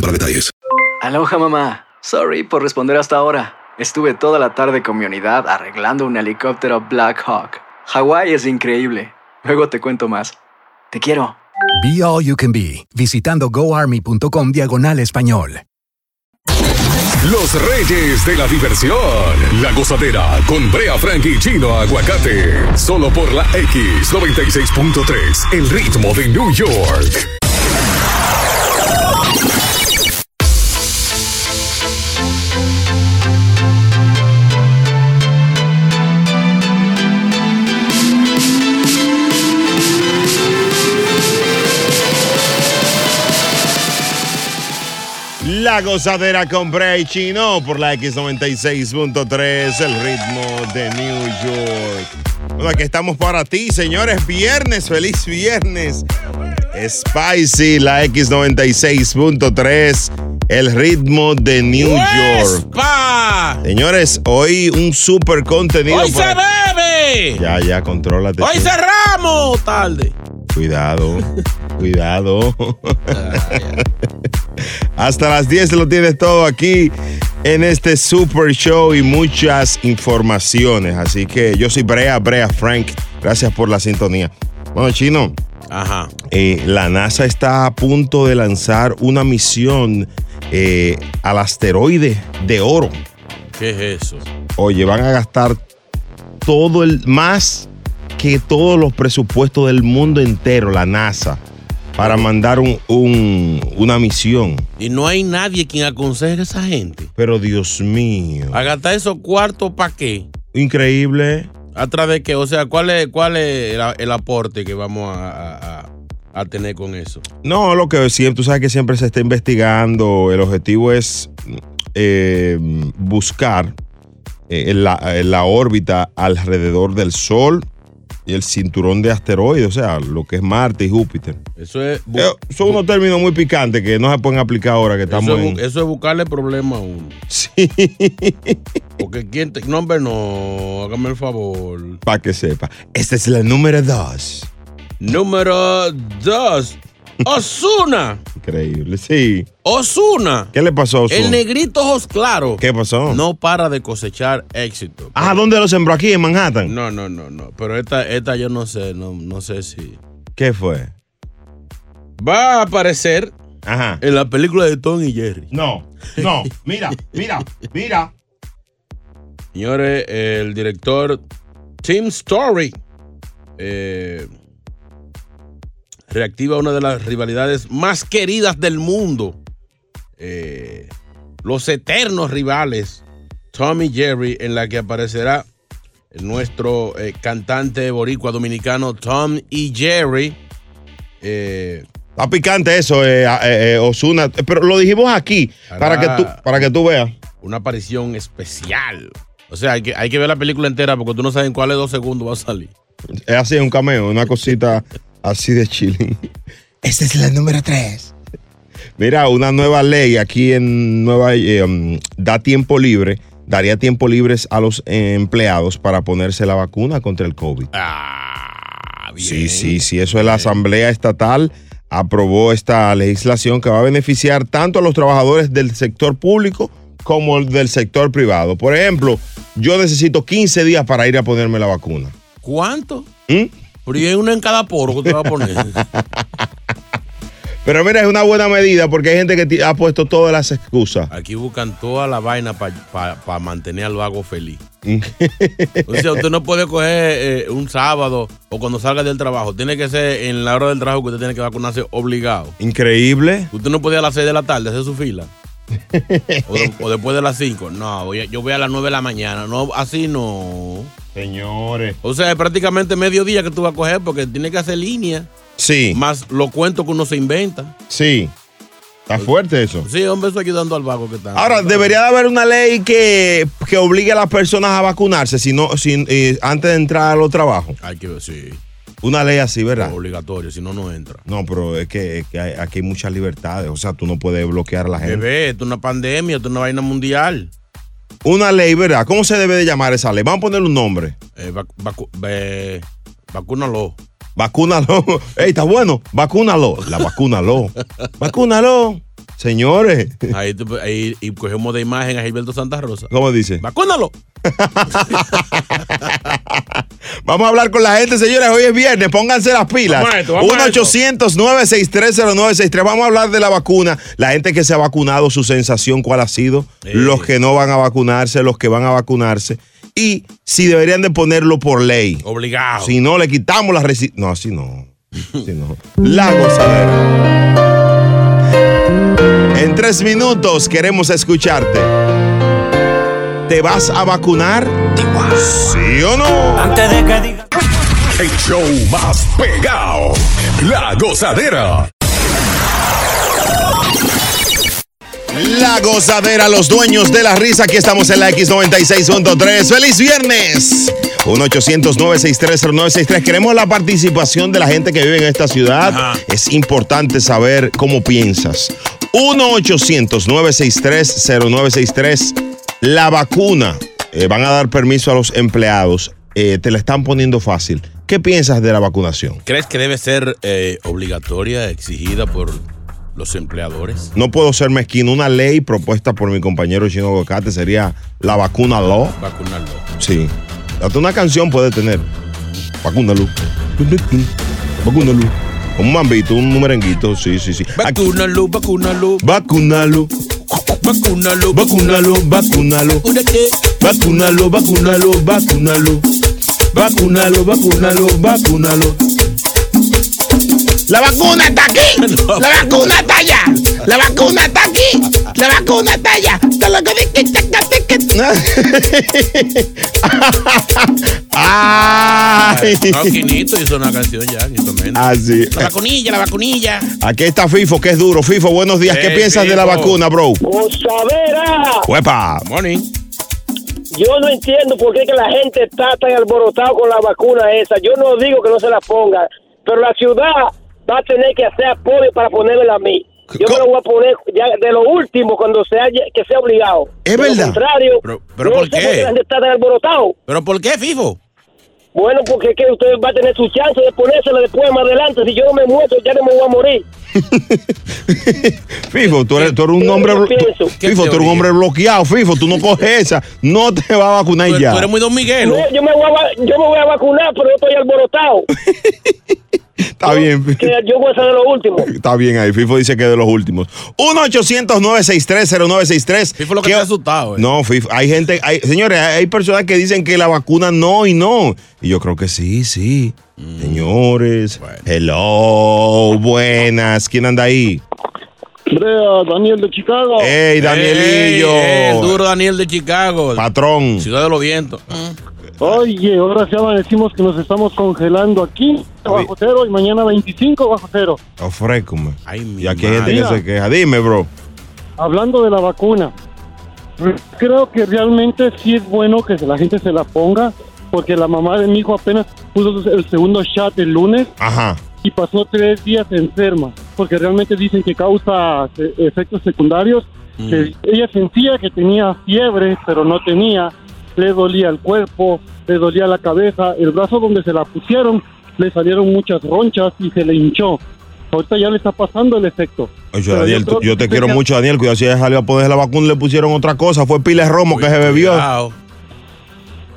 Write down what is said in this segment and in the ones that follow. para detalles. Aloha, mamá. Sorry por responder hasta ahora. Estuve toda la tarde con mi unidad arreglando un helicóptero Black Hawk. Hawái es increíble. Luego te cuento más. Te quiero. Be All You Can Be, visitando goarmy.com diagonal español. Los Reyes de la Diversión. La Gozadera con Brea Frank y Chino Aguacate. Solo por la X96.3, el ritmo de New York. La gozadera con Bray Chino por la X96.3, el ritmo de New York. Bueno, aquí estamos para ti, señores. Viernes, feliz viernes. Spicy, la X96.3, el ritmo de New York. ¡Huespa! Señores, hoy un super contenido. ¡Hoy por se aquí. bebe! Ya, ya, contrólate. ¡Hoy tú. cerramos! Tarde. Cuidado, cuidado. Hasta las 10 lo tienes todo aquí en este super show y muchas informaciones. Así que yo soy Brea, Brea Frank. Gracias por la sintonía. Bueno, Chino, Ajá. eh, la NASA está a punto de lanzar una misión eh, al asteroide de oro. ¿Qué es eso? Oye, van a gastar todo el más que todos los presupuestos del mundo entero, la NASA, para mandar un- un- una misión. Y no hay nadie quien aconseje a esa gente. Pero Dios mío, A gastar esos cuartos para qué. increíble. ¿A través de qué? O sea, ¿cuál es, cuál es el, a- el aporte que vamos a, a- a- a tener con eso? No, lo que siempre, tú sabes que siempre se está investigando. El objetivo es eh, buscar eh, la, eh, la órbita alrededor del Sol y el cinturón de asteroides, o sea, lo que es Marte y Júpiter. Eso es, bu- Eh, son unos términos muy picantes que no se pueden aplicar ahora que eso, estamos es eh, bu- en. eso es buscarle problema a uno. Sí, Porque quién te. No, hombre, no. Hágame el favor. para que sepa. Esta es la número dos. Número dos. Osuna. Increíble. Sí. Osuna. ¿Qué le pasó a Ozuna? El negrito ojos claros. ¿Qué pasó? No para de cosechar éxito. Ah, ¿dónde lo sembró? Aquí en Manhattan. No, no, no, no. Pero esta, esta yo no sé, no, no sé si. ¿Qué fue? Va a aparecer Ajá. en la película de Tom y Jerry. No, no, mira, mira, mira. Señores, el director Tim Story eh, reactiva una de las rivalidades más queridas del mundo. Eh, los eternos rivales Tom y Jerry, en la que aparecerá nuestro eh, cantante boricua dominicano Tom y Jerry. Eh, Está picante eso, eh, Osuna. Pero lo dijimos aquí para Ahora- que tú, para que tú veas. una aparición especial. O sea, hay que, hay que ver la película entera porque tú no sabes en cuáles dos segundos va a salir. Es así un cameo, una cosita así de chilling. Esta es la número 3. Mira, una nueva ley aquí en Nueva eh, um, da tiempo libre, daría tiempo libre a los eh, empleados para ponerse la vacuna contra el COVID. Sí, sí, sí, eso es la Asamblea Estatal aprobó esta legislación que va a beneficiar tanto a los trabajadores del sector público como el del sector privado. Por ejemplo, yo necesito 15 días para ir a ponerme la vacuna. ¿Cuánto? ¿Mm? Pero y hay uno en cada poro que te va a poner. Pero mira, es una buena medida porque hay gente que ti- ha puesto todas las excusas. Aquí buscan toda la vaina para mantener al vago feliz. O sea, usted no puede coger eh, un sábado o cuando salga del trabajo. Tiene que ser en la hora del trabajo que usted tiene que vacunarse obligado. Increíble. Usted no puede a las 6 de la tarde hacer su fila. O, de- o después de las 5. No, voy a- yo voy a las 9 de la mañana. No, así no. Señores. O sea, es prácticamente mediodía que tú vas a coger porque tiene que hacer línea. Sí. Más los cuentos que uno se inventa. Sí. Está fuerte eso. Ah. Sí, hombre, eso ayudando al vago que está. Ahora, debería de haber una ley que, que obligue a las personas a vacunarse si no, si, eh, antes de entrar a los trabajos. Hay que ver, sí. Una ley así, ¿verdad? Obligatorio, si no, no entra. No, pero es que, es que hay- aquí hay muchas libertades. O sea, tú no puedes bloquear a la gente. Bebé, esto es una pandemia, esto es una vaina mundial. Una ley, ¿verdad? ¿Cómo se debe de llamar esa ley? Vamos a ponerle un nombre. Eh, vacu- vacu- ve- vacúnalo. Vacúnalo. Ey, está bueno. Vacúnalo. La vacúnalo. vacúnalo. Señores, Ahí, tú- ahí- y cogemos de imagen a Gilberto Santa Rosa. ¿cómo dice? ¡Vacúnalo! Vamos a hablar con la gente, señores. Hoy es viernes, pónganse las pilas. Vamos a esto, vamos a esto. 1-800-963-0963. Vamos a hablar de la vacuna. La gente que se ha vacunado, su sensación, cuál ha sido. Eh. Los que no van a vacunarse, los que van a vacunarse. Y si deberían de ponerlo por ley. Obligado. Si no, le quitamos la resi... No, así no. Así no. La gozadera. En tres minutos queremos escucharte. ¿Te vas a vacunar? ¿Sí o no? El show más pegado. La gozadera. La gozadera, los dueños de la risa. Aquí estamos en la X96.3. ¡Feliz viernes! 1-800-963-0963. Queremos la participación de la gente que vive en esta ciudad. Ajá. Es importante saber cómo piensas. 1-800-963-0963. La vacuna. eh, van a dar permiso a los empleados. Eh, te la están poniendo fácil. ¿Qué piensas de la vacunación? ¿Crees que debe ser eh, obligatoria, exigida por los empleadores? No puedo ser mezquino. Una ley propuesta por mi compañero Chino Aguacate sería la vacuna law. Vacunarlo. Sí. Hasta una canción puede tener. Vacúnalo. Vacúnalo. Un mambito, un merenguito. Sí, sí, sí. Aquí- Vacúnalo, vacúnalo, Vacúnalo. vacúnalo, Vacúnalo, vacúnalo. vacúnate. Vacúnalo, vacúnalo, vacúnalo. Vacúnalo, vacúnalo, vacúnalo. La vacuna está aquí. La vacuna está allá. La vacuna está aquí. La vacuna está allá. Te lo que dije, chaca, chaca. Ay. No, Quinito hizo una canción ya, Quinito Méndez. Así. La vacunilla, la vacunilla. Aquí está FIFO, que es duro. FIFO, buenos días. ¿Qué Hey, piensas de la Eh, Fifo. vacuna, bro? Gozadera. ¡Huepa! Morning. Yo no entiendo por qué que la gente está tan alborotada con la vacuna esa. Yo no digo que no se la pongan, pero la ciudad va a tener que hacer apoyo para ponérmela a mí. Yo me ¿Cómo? lo voy a poner ya de lo último cuando sea que sea obligado. Es De lo verdad. contrario, Pero- pero yo no ¿por sé qué? La gente está tan alborotado. ¿Pero por qué, Fifo? Bueno, porque es que usted va a tener su chance de ponérsela después más adelante. Si yo no me muero, ya no me voy a morir. FIFO, tú eres, tú eres un Yo hombre. no blo- pienso. tú- ¿Qué FIFO, tú eres un teoría? hombre bloqueado. FIFO, tú no coges esa. No te va a vacunar Tú, ya. tú eres muy Don Miguel. ¿no? No, yo, me voy a, va- yo me voy a vacunar, pero yo estoy alborotado. Está bien. Fifo. que yo voy a ser de lo último. Está bien ahí. FIFO dice que es de los últimos. 1-800-963-0963. FIFO lo que ¿Qué- está asustado, eh. No, FIFO. Hay gente. Hay, señores, hay personas que dicen que la vacuna no y no. Y yo creo que sí, sí. Señores. Mm. Bueno. Hello. Buenas. ¿Quién anda ahí? Andrea, Daniel de Chicago. ¡Ey, Danielillo! Ey, el duro Daniel de Chicago. Patrón. Ciudad de los Vientos. Oye, ahora ya decimos que nos estamos congelando aquí bajo cero y mañana 25 bajo cero. Ofrécome. Ay, mi Y aquí hay gente madre. que Mira. se queja. Dime, bro. Hablando de la vacuna, creo que realmente sí es bueno que la gente se la ponga porque la mamá de mi hijo apenas puso el segundo shot el lunes Ajá. y pasó tres días enferma. porque realmente dicen que causa eh, efectos secundarios. Que ella sentía que tenía fiebre, pero no tenía. Le dolía el cuerpo, le dolía la cabeza, el brazo donde se la pusieron, le salieron muchas ronchas y se le hinchó. Ahorita ya le está pasando el efecto. Oye, Pero Daniel, creo tú- yo te que- quiero mucho, Daniel. Cuidado, si a ella le va a poner la vacuna, le pusieron otra cosa. Fue pila de romo que se bebió.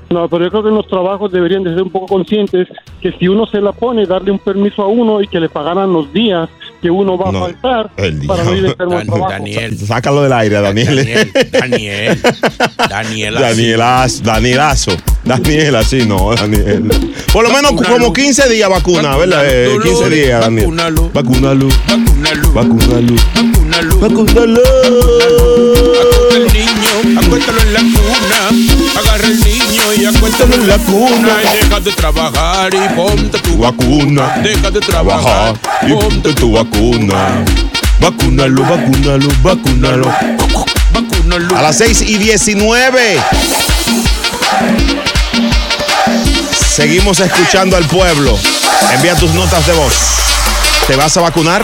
No, pero yo creo que en los trabajos deberían de ser un poco conscientes que si uno se la pone, darle un permiso a uno y que le pagaran los días que uno va a faltar El para no ir enfermo al trabajo. Daniel. Sácalo del aire, Daniel. Daniel. Daniel. Danielazo. Danielazo. Daniel, así no, Daniel. Por lo menos como 15 días vacuna, ¿verdad? Eh, 15 días, Daniel. Vacunalo. Vacunalo. Vacunalo. Vacunalo. El niño, acuéstalo en la cuna. Agarra el niño y acuéstalo en la cuna. Y deja de trabajar y ponte tu vacuna. Deja de Trabaja trabajar. y ponte tu vacuna. Vacunalo, vacunalo, vacunalo. A las 6 y 19. Seguimos escuchando al pueblo. Envía tus notas de voz. ¿Te vas a vacunar?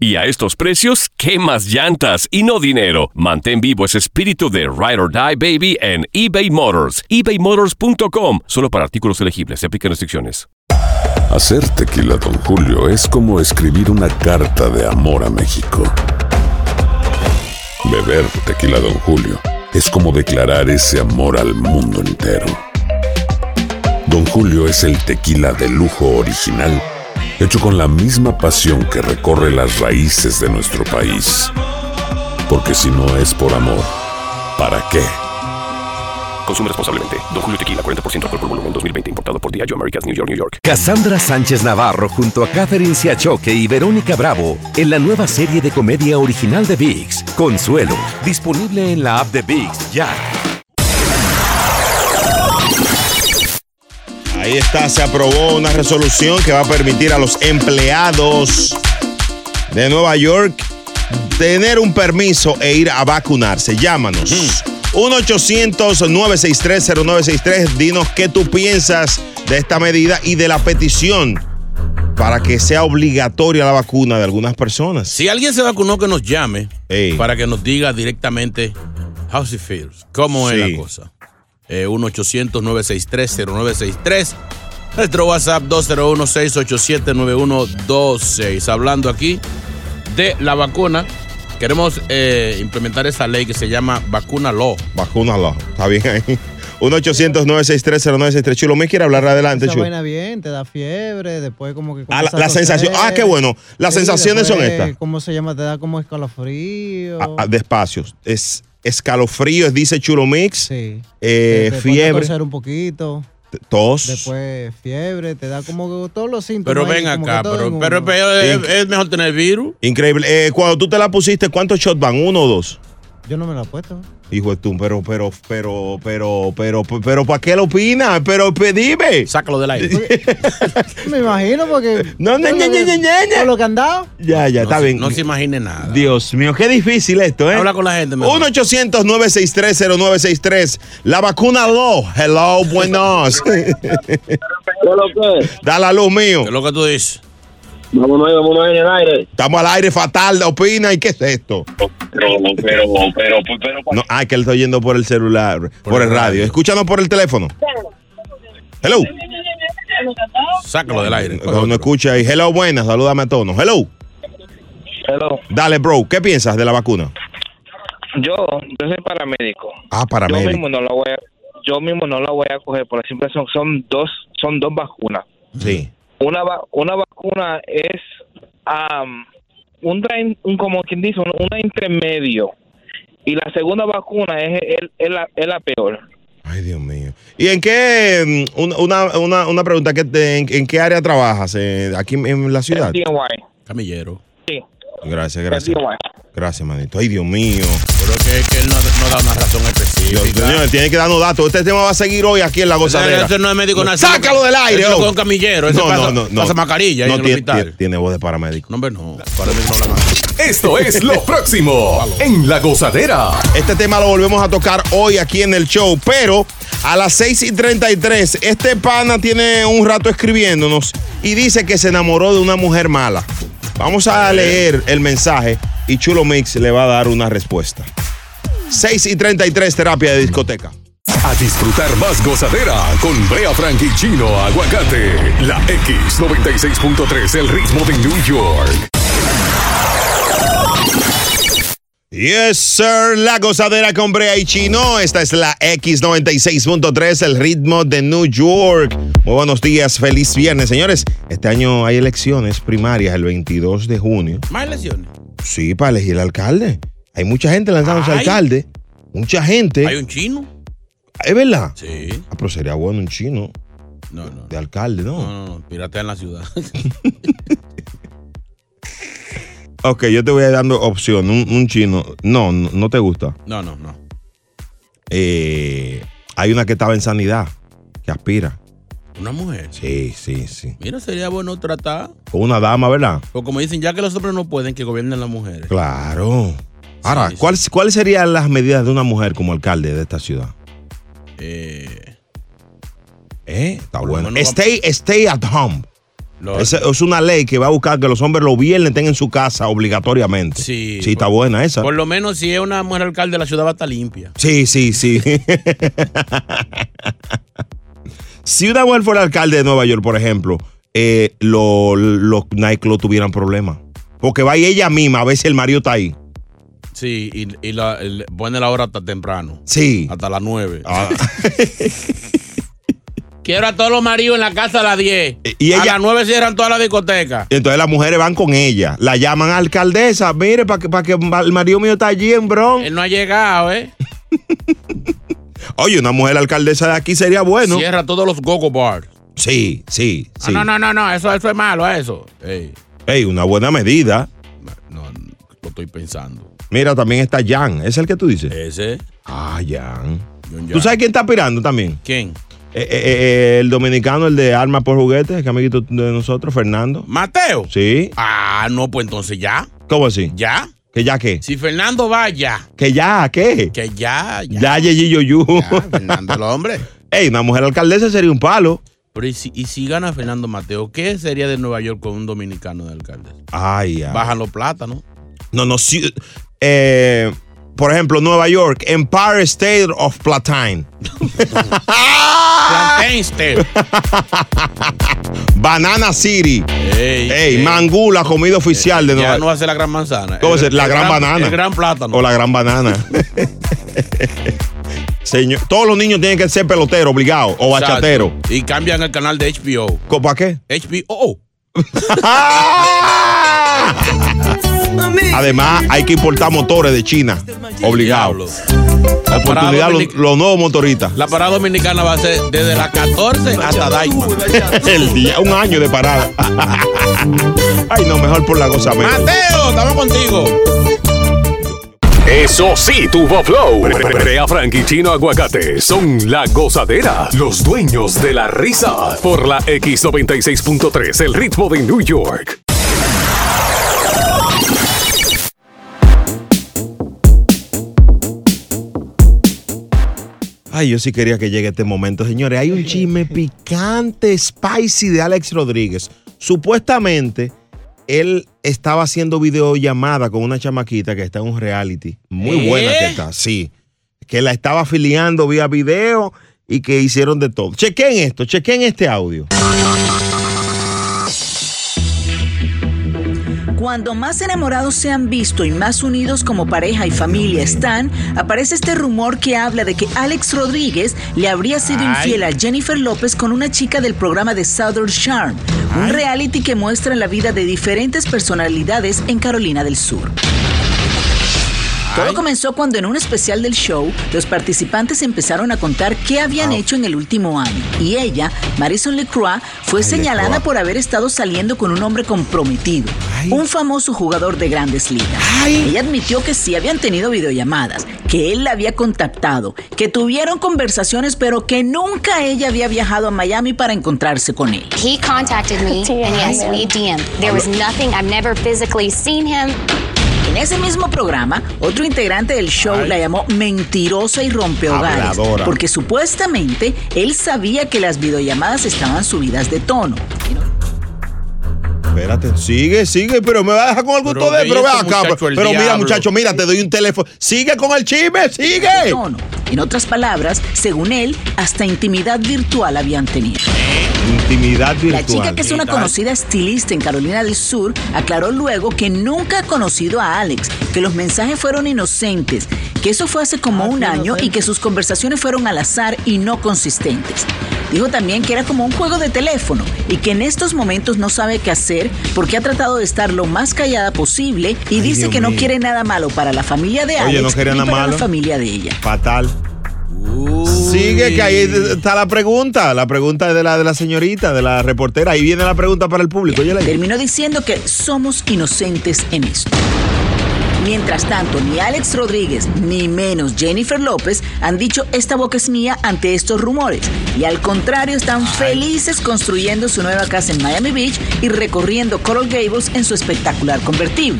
Y a estos precios, ¿qué más llantas y no dinero? Mantén vivo ese espíritu de Ride or Die Baby en eBay Motors. ebaymotors.com. Solo para artículos elegibles. Se aplican restricciones. Hacer tequila, Don Julio, es como escribir una carta de amor a México. Beber tequila, Don Julio, es como declarar ese amor al mundo entero. Don Julio es el tequila de lujo original, hecho con la misma pasión que recorre las raíces de nuestro país. Porque si no es por amor, ¿para qué? Consume responsablemente. Don Julio Tequila, 40% alcohol por volumen 2020, importado por Diageo Americas, New York, New York. Cassandra Sánchez Navarro junto a Catherine Siachoque y Verónica Bravo en la nueva serie de comedia original de VIX, Consuelo, disponible en la app de VIX ya. Ahí está, se aprobó una resolución que va a permitir a los empleados de Nueva York tener un permiso e ir a vacunarse. Llámanos. 1-800-963-0963. Dinos qué tú piensas de esta medida y de la petición para que sea obligatoria la vacuna de algunas personas. Si alguien se vacunó, que nos llame para que nos diga directamente how she feels, cómo es Sí. la cosa. Eh, 1-800-963-0963. Nuestro WhatsApp 201-687-9126. Hablando aquí de la vacuna, queremos eh, implementar esa ley que se llama Vacuna Law. Vacúnalo. Está bien ahí. 1-800-963-0963. Chulo, me quiere hablar adelante, Esa Chulo. vaina bien, te da fiebre, después como que... Ah, la- la comienzas a sensación. toser. Ah, qué bueno. Las sensaciones son después, estas. ¿Cómo se llama? Te da como escalofrío. Ah, despacio. Es escalofríos, dice Chulo Mix. Sí. Eh, te pone a fiebre, toser un poquito. tos. Después fiebre, te da como que todos los síntomas. Pero ahí, ven como que acá, todo en pero, uno. pero es peor, es, es mejor tener virus. Increíble. Eh, cuando tú te la pusiste, ¿cuántos shots van? ¿Uno o dos? Yo no me lo he puesto. Hijo de tú, pero, pero, pero, pero, pero, pero, ¿para qué lo opinas? Pero pedime. Sácalo del aire. Me imagino porque... no, no, no, no, no. Con lo que han dado. ya, ya, está bien. No se imagine nada. Dios mío, qué difícil esto, ¿eh? Habla con la gente, mejor. 1-800-963-0963. La vacuna Lo. Hello, buenos. Da la luz mío. ¿Qué es lo que tú dices? Vámonos ahí, vámonos en el aire. Estamos al aire fatal, opina. ¿Y qué es esto? Pero, pero, pero, pues. pero. No, ah, que él está oyendo por el celular, por, el radio. Escúchanos por el teléfono. Hello. Sácalo del aire. Cuando uno escucha ahí, hello, buenas, salúdame a tono. Hello. Hello. Dale, bro, ¿qué piensas de la vacuna? Yo, yo soy paramédico. Ah, Yo paramédico. mismo no la voy a, yo mismo no la voy a coger por la simple razón que son dos, son dos vacunas. Sí. Una va- una vacuna es am, un, tra- un como quien dice, un, una intermedio. Y la segunda vacuna es, el- es la, es la peor. Ay, Dios mío. ¿Y en qué, mm, una- una, una, una pregunta, ¿qué te- en, en qué área trabajas? eh, aquí en, en la ciudad. DIY. Camillero. Sí. Gracias, gracias. DIY. Gracias, manito. Ay, Dios mío. Pero que, que él no, no da una razón específica. Dios, señores, tienen que darnos datos. Este tema va a seguir hoy aquí en La Gozadera. Eso no es médico nazi. ¡Sácalo del aire! Eso es oh. con camillero. Ese No, pasa, no, no, no. pasa mascarilla ahí No, en el tiene, hospital. tiene- tiene voz de paramédico. No, hombre, no. Paramédico no hablan así. Esto es lo próximo en La Gozadera. Este tema lo volvemos a tocar hoy aquí en el show, pero a las 6 y 33, este pana tiene un rato escribiéndonos y dice que se enamoró de una mujer mala. Vamos a leer el mensaje y Chulo Mix le va a dar una respuesta. 6 y 33, terapia de discoteca. A disfrutar más gozadera con Brea Frank y Chino Aguacate. La X96.3, el ritmo de New York. Yes, sir. La gozadera con Brea y Chino. Esta es la X96.3, el ritmo de New York. Muy buenos días, feliz viernes, señores. Este año hay elecciones primarias el 22 de junio. Más lesiones. Sí, para elegir al alcalde. Hay mucha gente lanzándose Ay. alcalde. Mucha gente. Hay un chino. ¿Es verdad? Sí. Ah, pero sería bueno un chino No, no. de alcalde, ¿no? No, no, no. Piratea en la ciudad. Ok, yo te voy dando opción. Un, un chino. No, no, no te gusta. No, no, no. Eh, hay una que estaba en sanidad, que aspira. Una mujer. Sí, sí, sí. Mira, sería bueno tratar. Con una dama, ¿verdad? O como dicen, ya que los hombres no pueden, que gobiernen las mujeres. Claro. Ahora, ¿cuál- ¿cuáles serían las medidas de una mujer como alcalde de esta ciudad? Eh, ¿Eh? Está bueno. menos Stay, stay at home. Esa es una ley que va a buscar que los hombres los viernes estén en su casa obligatoriamente. Sí. Sí, está buena esa. Por lo menos si es una mujer alcalde, la ciudad va a estar limpia. Sí, sí, sí. si una mujer fuera alcalde de Nueva York, por ejemplo, eh, lo- los nightclubs tuvieran problemas. Porque va y ella misma a ver si el marido está ahí. Sí, y, y la, el- pone la hora hasta temprano. Sí. Hasta las 9. Ah. Quiero a todos los maridos en la casa a las 10. y a ella- las 9 cierran toda la discoteca. Entonces las mujeres van con ella, la llaman alcaldesa, mire, para que, pa' que el marido mío está allí en Bronx. Él no ha llegado, ¿eh? Oye, una mujer alcaldesa de aquí sería bueno. Cierra todos los gogo bars. Sí, sí, Ah, sí. No, no, no, no, eso, eso es malo, eso. Ey, Ey, una buena medida. lo estoy pensando. Mira, también está Jan, ¿es el que tú dices? Ese. Ah, Jan. John ¿Tú sabes quién está aspirando también? ¿Quién? Eh, eh, eh, el dominicano, el de Armas por Juguetes, que amiguito de nosotros, Fernando. ¿Mateo? Sí. Ah, no, pues entonces ya. ¿Cómo así? ¿Ya? ¿Que ya qué? Si Fernando vaya, ¿Que ya qué? que ya, ya, Ya, ye, ye, yo, yo. Fernando el hombre. Ey, una mujer alcaldesa sería un palo. Pero y si, y si gana Fernando Mateo, ¿qué sería de Nueva York con un dominicano de alcalde? Ay, ay. Bajan los plátanos. No, no, sí. eh, por ejemplo, Nueva York, Empire State of Platine. ¡Ah! Plantain State. Banana City. Ey, Ey, Mangú, la comida oficial de Nueva Ya York. no va a ser la gran manzana. ¿Cómo El- se- la el gran banana. El gran plátano. O la gran banana. Señor, todos los niños tienen que ser peloteros, obligados, o Exacto. bachateros. Y cambian el canal de HBO. ¿Co- ¿Para qué? HBO. Ah. Además, hay que importar motores de China, obligados. Oportunidad, los, los nuevos motoristas. La parada dominicana va a ser desde las 14 hasta Daima. El día, un año de parada. Ay, no, mejor por la cosa menos. Mateo, estamos contigo. Eso sí, tuvo flow. Brea Frank y Chino Aguacate son la gozadera, los dueños de la risa. Por la X96.3, el ritmo de New York. Ay, yo sí quería que llegue este momento, señores. Hay un chisme picante, spicy de Alex Rodríguez. Supuestamente, él estaba haciendo videollamada con una chamaquita que está en un reality. Muy ¿Eh? buena que está, sí. Que la estaba afiliando vía video y que hicieron de todo. Chequen esto, chequen este audio. Cuando más enamorados se han visto y más unidos como pareja y familia están, aparece este rumor que habla de que Alex Rodríguez le habría sido Ay. infiel a Jennifer López con una chica del programa de Southern Charm, un reality que muestra la vida de diferentes personalidades en Carolina del Sur. Todo comenzó cuando en un especial del show, los participantes empezaron a contar qué habían hecho en el último año. Y ella, Marisol Lecroix, fue señalada por haber estado saliendo con un hombre comprometido, un famoso jugador de grandes ligas. Ella admitió que sí habían tenido videollamadas, que él la había contactado, que tuvieron conversaciones, pero que nunca ella había viajado a Miami para encontrarse con él. He contacted me, and yes, we DM'd. There was nothing, I've never physically seen him. En ese mismo programa, otro integrante del show la llamó mentirosa y rompehogares, Habladora. porque supuestamente él sabía que las videollamadas estaban subidas de tono. Espérate, sigue, sigue, pero me va a dejar con algo Pero todo de. ve Pero ve este acá. muchacho, Pero el pero mira, diablo. muchacho, mira, te doy un teléfono. Sigue con el chisme, sigue. De tono. En otras palabras, según él, hasta intimidad virtual habían tenido. Intimidad virtual. La chica, que es una conocida estilista en Carolina del Sur, aclaró luego que nunca ha conocido a Alex, que los mensajes fueron inocentes, que eso fue hace como un año y que sus conversaciones fueron al azar y no consistentes. Dijo también que era como un juego de teléfono y que en estos momentos no sabe qué hacer porque ha tratado de estar lo más callada posible y dice Dios que no mío. quiere nada malo para la familia de Oye, Alex no quería ni nada para la malo. familia de ella. Fatal. Sigue que ahí está la pregunta, la pregunta de la de la señorita, de la reportera. Ahí viene la pregunta para el público. Óyela ahí. Terminó diciendo que somos inocentes en esto. Mientras tanto, ni Alex Rodríguez, ni menos Jennifer López han dicho esta boca es mía ante estos rumores. Y al contrario, están felices construyendo su nueva casa en Miami Beach y recorriendo Coral Gables en su espectacular convertible.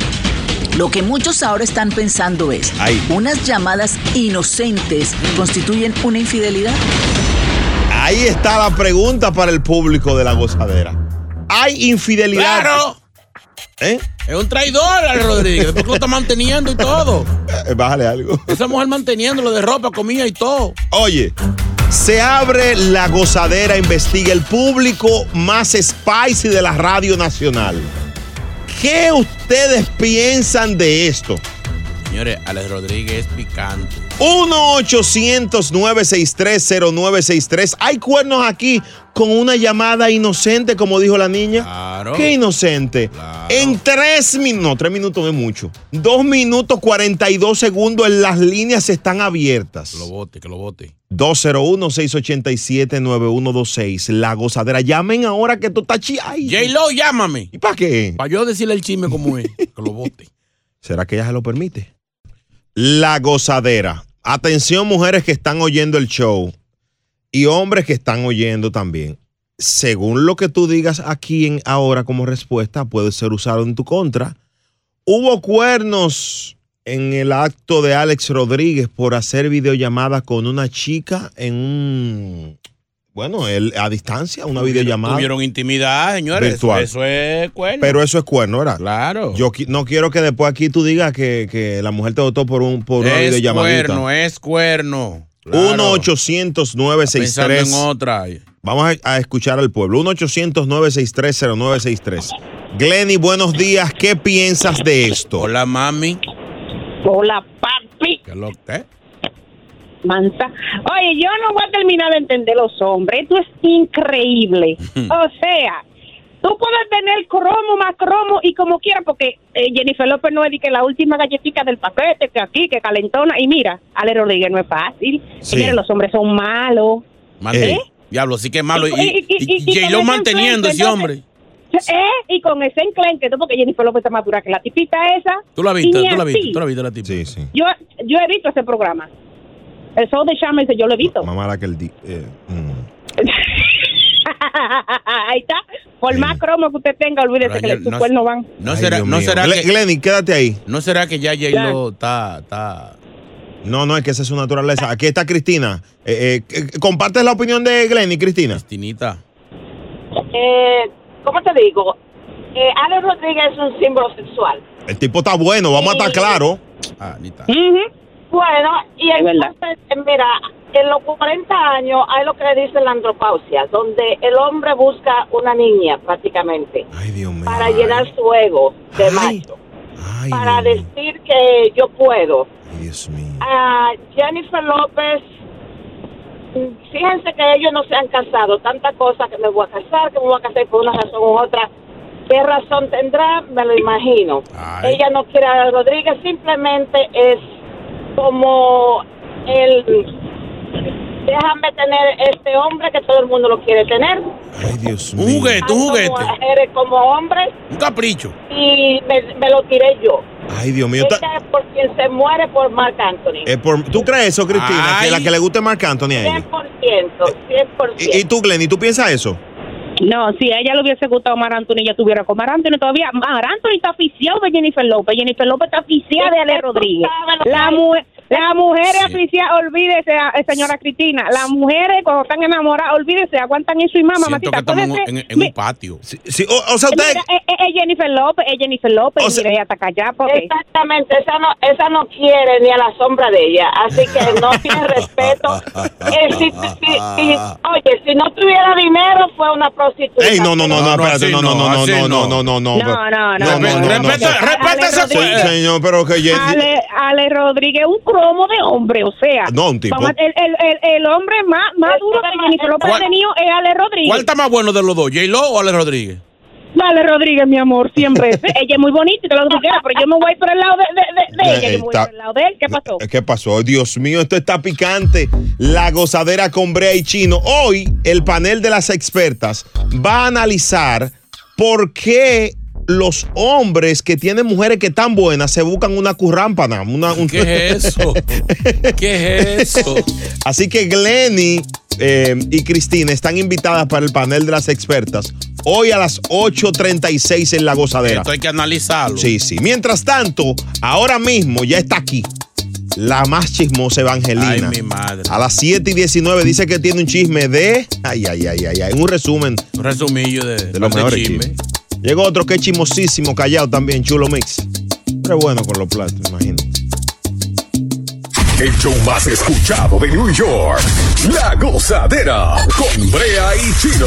Lo que muchos ahora están pensando es, ¿unas llamadas inocentes constituyen una infidelidad? Ahí está la pregunta para el público de la gozadera. Hay infidelidad. Claro. ¿Eh? Es un traidor al Rodríguez, porque lo está manteniendo y todo. Eh, Bájale algo. Esa mujer manteniéndolo de ropa, comida y todo. Oye, se abre la gozadera, investiga el público más spicy de la radio nacional. ¿Qué ustedes piensan de esto? Señores, Alex Rodríguez es picante. 1-800-963-0963. Hay cuernos aquí con una llamada inocente, como dijo la niña. Claro. Qué inocente. En tres minutos, no, tres minutos no es mucho. Dos minutos 42 segundos, las líneas están abiertas. Lo bote, que lo bote. 201-687-9126. La gozadera. Llamen ahora que tú estás chi. J-Lo, llámame. ¿Y para qué? Para yo decirle el chisme como es. Que lo bote. ¿Será que ella se lo permite? La gozadera. Atención, mujeres que están oyendo el show y hombres que están oyendo también. Según lo que tú digas aquí en ahora como respuesta, puede ser usado en tu contra. Hubo cuernos en el acto de Alex Rodríguez por hacer videollamada con una chica en un. Bueno, él, a distancia, una videollamada. Tuvieron intimidad, señores. Virtual. Eso es cuerno. Pero eso es cuerno, ¿verdad? Claro. Yo qui- no quiero que después aquí tú digas que, que la mujer te votó por, un, por una es videollamadita. cuerno, es cuerno. Claro. 1-800-963. Pensando en otra. Vamos a, a escuchar al pueblo. 1-800-963-0963. Glenny, buenos días. ¿Qué piensas de esto? Hola, mami. Hola, papi. ¿Qué lo que? Manta. Oye, yo no voy a terminar de entender los hombres. Esto es increíble. o sea, tú puedes tener cromo, más cromo y como quieras, porque eh, Jennifer López no es de que la última galletita del paquete, que aquí, que calentona. Y mira, Ale Rodríguez no es fácil. Sí. Mira, los hombres son malos. Mande. ¿Eh? Diablo, sí que es malo. Y, Y- y- y- y- y J-Lo con ese manteniendo ese enfrente, hombre. ¿Eh? Y con ese enclenque, ¿no? porque Jennifer López está más dura que la tipita esa. Tú la Y viste, ni tú la así. viste, tú la viste la tipa. Sí, sí. Yo, yo he visto ese programa. El show de Shaman, yo lo he visto. Mamá la que el di- eh, Ahí está. Por más cromo que usted tenga, olvídese Pero que ayer le- sus no- cuernos van. No será, no será Gle- que. Glenny, quédate ahí. No será que ya J-Lo está, está. No, no, es que esa es su naturaleza. Aquí está Cristina. Eh, eh, eh, ¿Compartes la opinión de Glenny, Cristina? Cristinita. Eh, ¿Cómo te digo? Eh, Alex Rodríguez es un símbolo sexual. El tipo está bueno, vamos a estar claros. Bueno, y Es verdad. entonces, eh, mira, en los 40 años hay lo que le dice la andropausia, donde el hombre busca una niña prácticamente para llenar su ego de macho, para decir que yo puedo. Ah, Jennifer López, mm, fíjense que ellos no se han casado, tanta cosa que me voy a casar, que me voy a casar por una razón u otra. ¿Qué razón tendrá? Me lo imagino. Ella no quiere a Rodríguez, simplemente es como el déjame tener este hombre que todo el mundo lo quiere tener. Ay, Dios mío. Un juguete, un Como, juguete. eres como hombre Un capricho. y me, me lo tiré yo. Ay, Dios mío. ta- Ella es por quien se muere por Marc Anthony. es por- ¿Tú crees eso, Cristina? Que la que le guste Marc Anthony a ella. 100%, 100%. ¿Y, y tú, Glenny, tú piensas eso? No, si a ella le hubiese gustado Mar Anthony, ella estuviera con Mar Anthony todavía. Mar Anthony está aficiado de Jennifer López. Jennifer López está aficiada de Ale Usted Rodríguez. sabe lo que La, hay. mu- la mujer Sí. aficiada, olvídese, a- eh, señora Cristina. Las mujeres cuando están enamoradas, olvídese, aguantan eso y mamá, Siento que mamacita. estamos en, acuérdese- un- en- en un patio. Sí, o, o sea, Mira, eh, eh, eh, Jennifer López, es Jennifer López, y mira, ella está callada porque... Exactamente, esa no, esa no quiere ni a la sombra de ella, así que no tiene respeto. Eh, si- si- si- oye, si no tuviera dinero, fue una prostituta. Ey, no, no, no, no, No, no, espérate, así no, no, no, no, así no, no, no. no, no, no. No, no, no, no, no, Respeta- respeta ese Sí, Señor, pero que Jenny- Ale, Ale Rodríguez, un cromo de hombre, o sea. No, un tipo. vamos a- el, el, el, el hombre más, más duro que Jennifer López ha ¿Cuál- tenido es Ale Rodríguez. ¿Cuál está más bueno de los dos, J-Lo o Ale Rodríguez? Dale, Rodríguez, mi amor, siempre. ella es muy bonita y todo lo que tú quieras, pero yo me voy por el lado de, de- de- de ella. Yo me voy Está- por el lado de él. ¿Qué pasó? Eh, ¿Qué pasó? Dios mío, esto está picante. La gozadera con Brea y Chino. Hoy el panel de las expertas va a analizar por qué los hombres que tienen mujeres que tan buenas se buscan una currámpana. Una, un- ¿Qué es eso? ¿Qué es eso? Así que Glenny eh, y Cristina están invitadas para el panel de las expertas. Hoy a las 8.36 en La Gozadera. Esto hay que analizarlo. Sí, sí. Mientras tanto, ahora mismo ya está aquí la más chismosa Evangelina. Ay, mi madre. A las 7 y 19 dice que tiene un chisme de. Ay, ay, ay, ay, ay. Un resumen Un resumillo de, de los mejores chismes. Llegó otro que es chismosísimo, callado también, chulo mix. Pero bueno con los platos, imagínate. El show más escuchado de New York. La gozadera con Brea y Chino.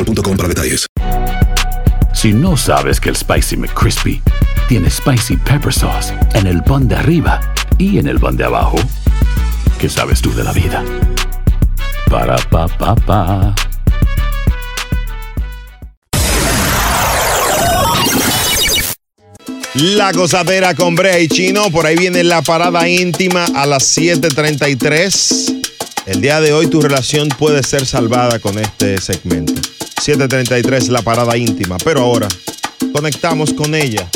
para detalles. Si no sabes que el Spicy McCrispy tiene spicy pepper sauce en el pan de arriba y en el pan de abajo, ¿qué sabes tú de la vida? Para pa pa pa. La gozadera con Brea y Chino. Por ahí viene la parada íntima a las 7.33. El día de hoy tu relación puede ser salvada con este segmento. 7.33, la parada íntima. Pero ahora conectamos con ella.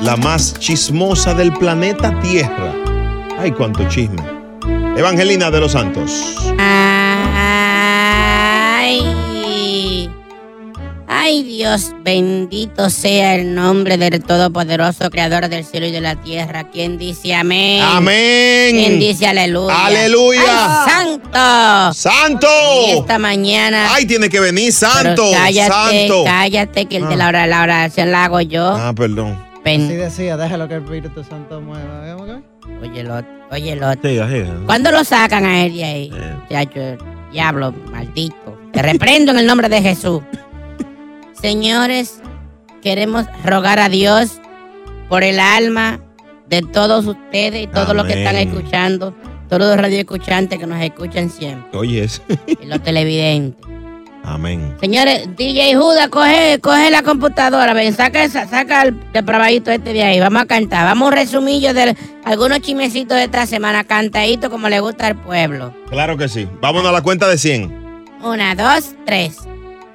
La más chismosa del planeta Tierra. Ay, cuánto chisme. Evangelina de los Santos. Ay. Ay, Dios, bendito sea el nombre del Todopoderoso, Creador del cielo y de la tierra, quien dice amén. Amén. Quien dice aleluya. Aleluya. Ay, santo. Santo. Y esta mañana. Ay, tiene que venir santo. Pero cállate, santo. cállate, que el de la, Ah. hora, la oración la hago yo. Ah, perdón. Ben- Así decía, déjalo que el Espíritu Santo mueva. ¿Eh, ¿Vemos qué? Oye, lo, oye, lo. ¿eh? ¿Cuándo lo sacan a él de ahí? Chacho, diablo, maldito. Te reprendo en el nombre de Jesús. Señores, queremos rogar a Dios por el alma de todos ustedes y todos los que están Amén. escuchando, todos los radioescuchantes que nos escuchan siempre Oye, es. y los televidentes. Amén. Señores, DJ Judas, coge, coge la computadora, ven, saca, esa- saca el depravadito este de ahí. Vamos a cantar, vamos a resumillo de algunos chimecitos de esta semana, cantadito como le gusta al pueblo. Claro que sí. Vámonos a la cuenta de 100. Una, dos, tres.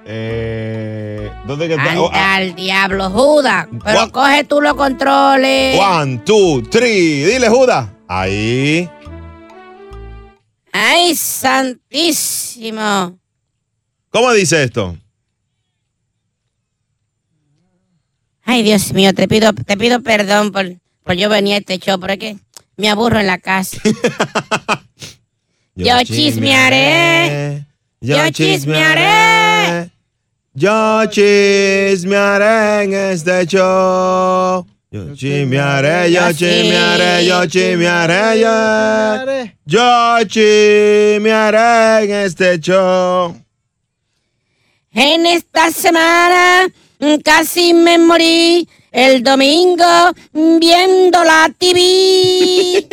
Eh, ¿Dónde que está? Anda Oh, ah. al diablo, Judas. Pero coge tú los controles. One, two, three. Dile, Judas. Ahí. ¡Ay, santísimo! ¿Cómo dice esto? Ay, Dios mío, te pido, te pido perdón por, por yo venir a este show, pero es que me aburro en la casa. yo Eh, chismearé. Eh, Yo chismearé. Yo chismearé en este show. Yo chismearé, yo chismearé, yo chismearé, yo. Yo chismearé en este show. En esta semana mm, casi me morí el domingo mm, viendo la TV.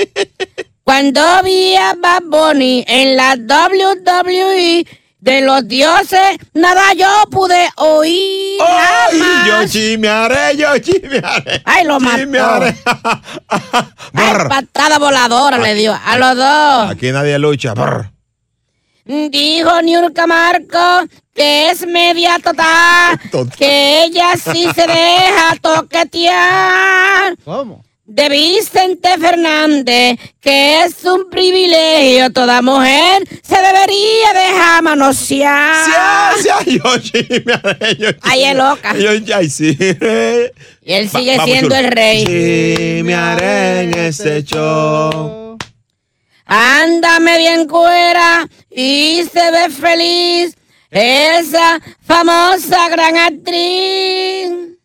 Cuando vi a Bad Bunny en la WWE de los dioses, nada yo pude oír. jamás. Yo chismearé, yo chismearé. Ay, lo mató. Chismearé. Ay, patada voladora le dio a los dos. Aquí nadie lucha. Brr. Dijo Niurka Marco que es media total, Tota. que ella sí se deja toquetear. ¿Cómo? De Vicente Fernández, que es un privilegio, toda mujer se debería dejar manosear. Sí, sí, yo chismearé, yo Ay, es loca. Yo, ay, sí. Y él sigue vamos, siendo chulo. el rey. Chismearé en este show. Ándame bien cuera y se ve feliz esa famosa gran actriz.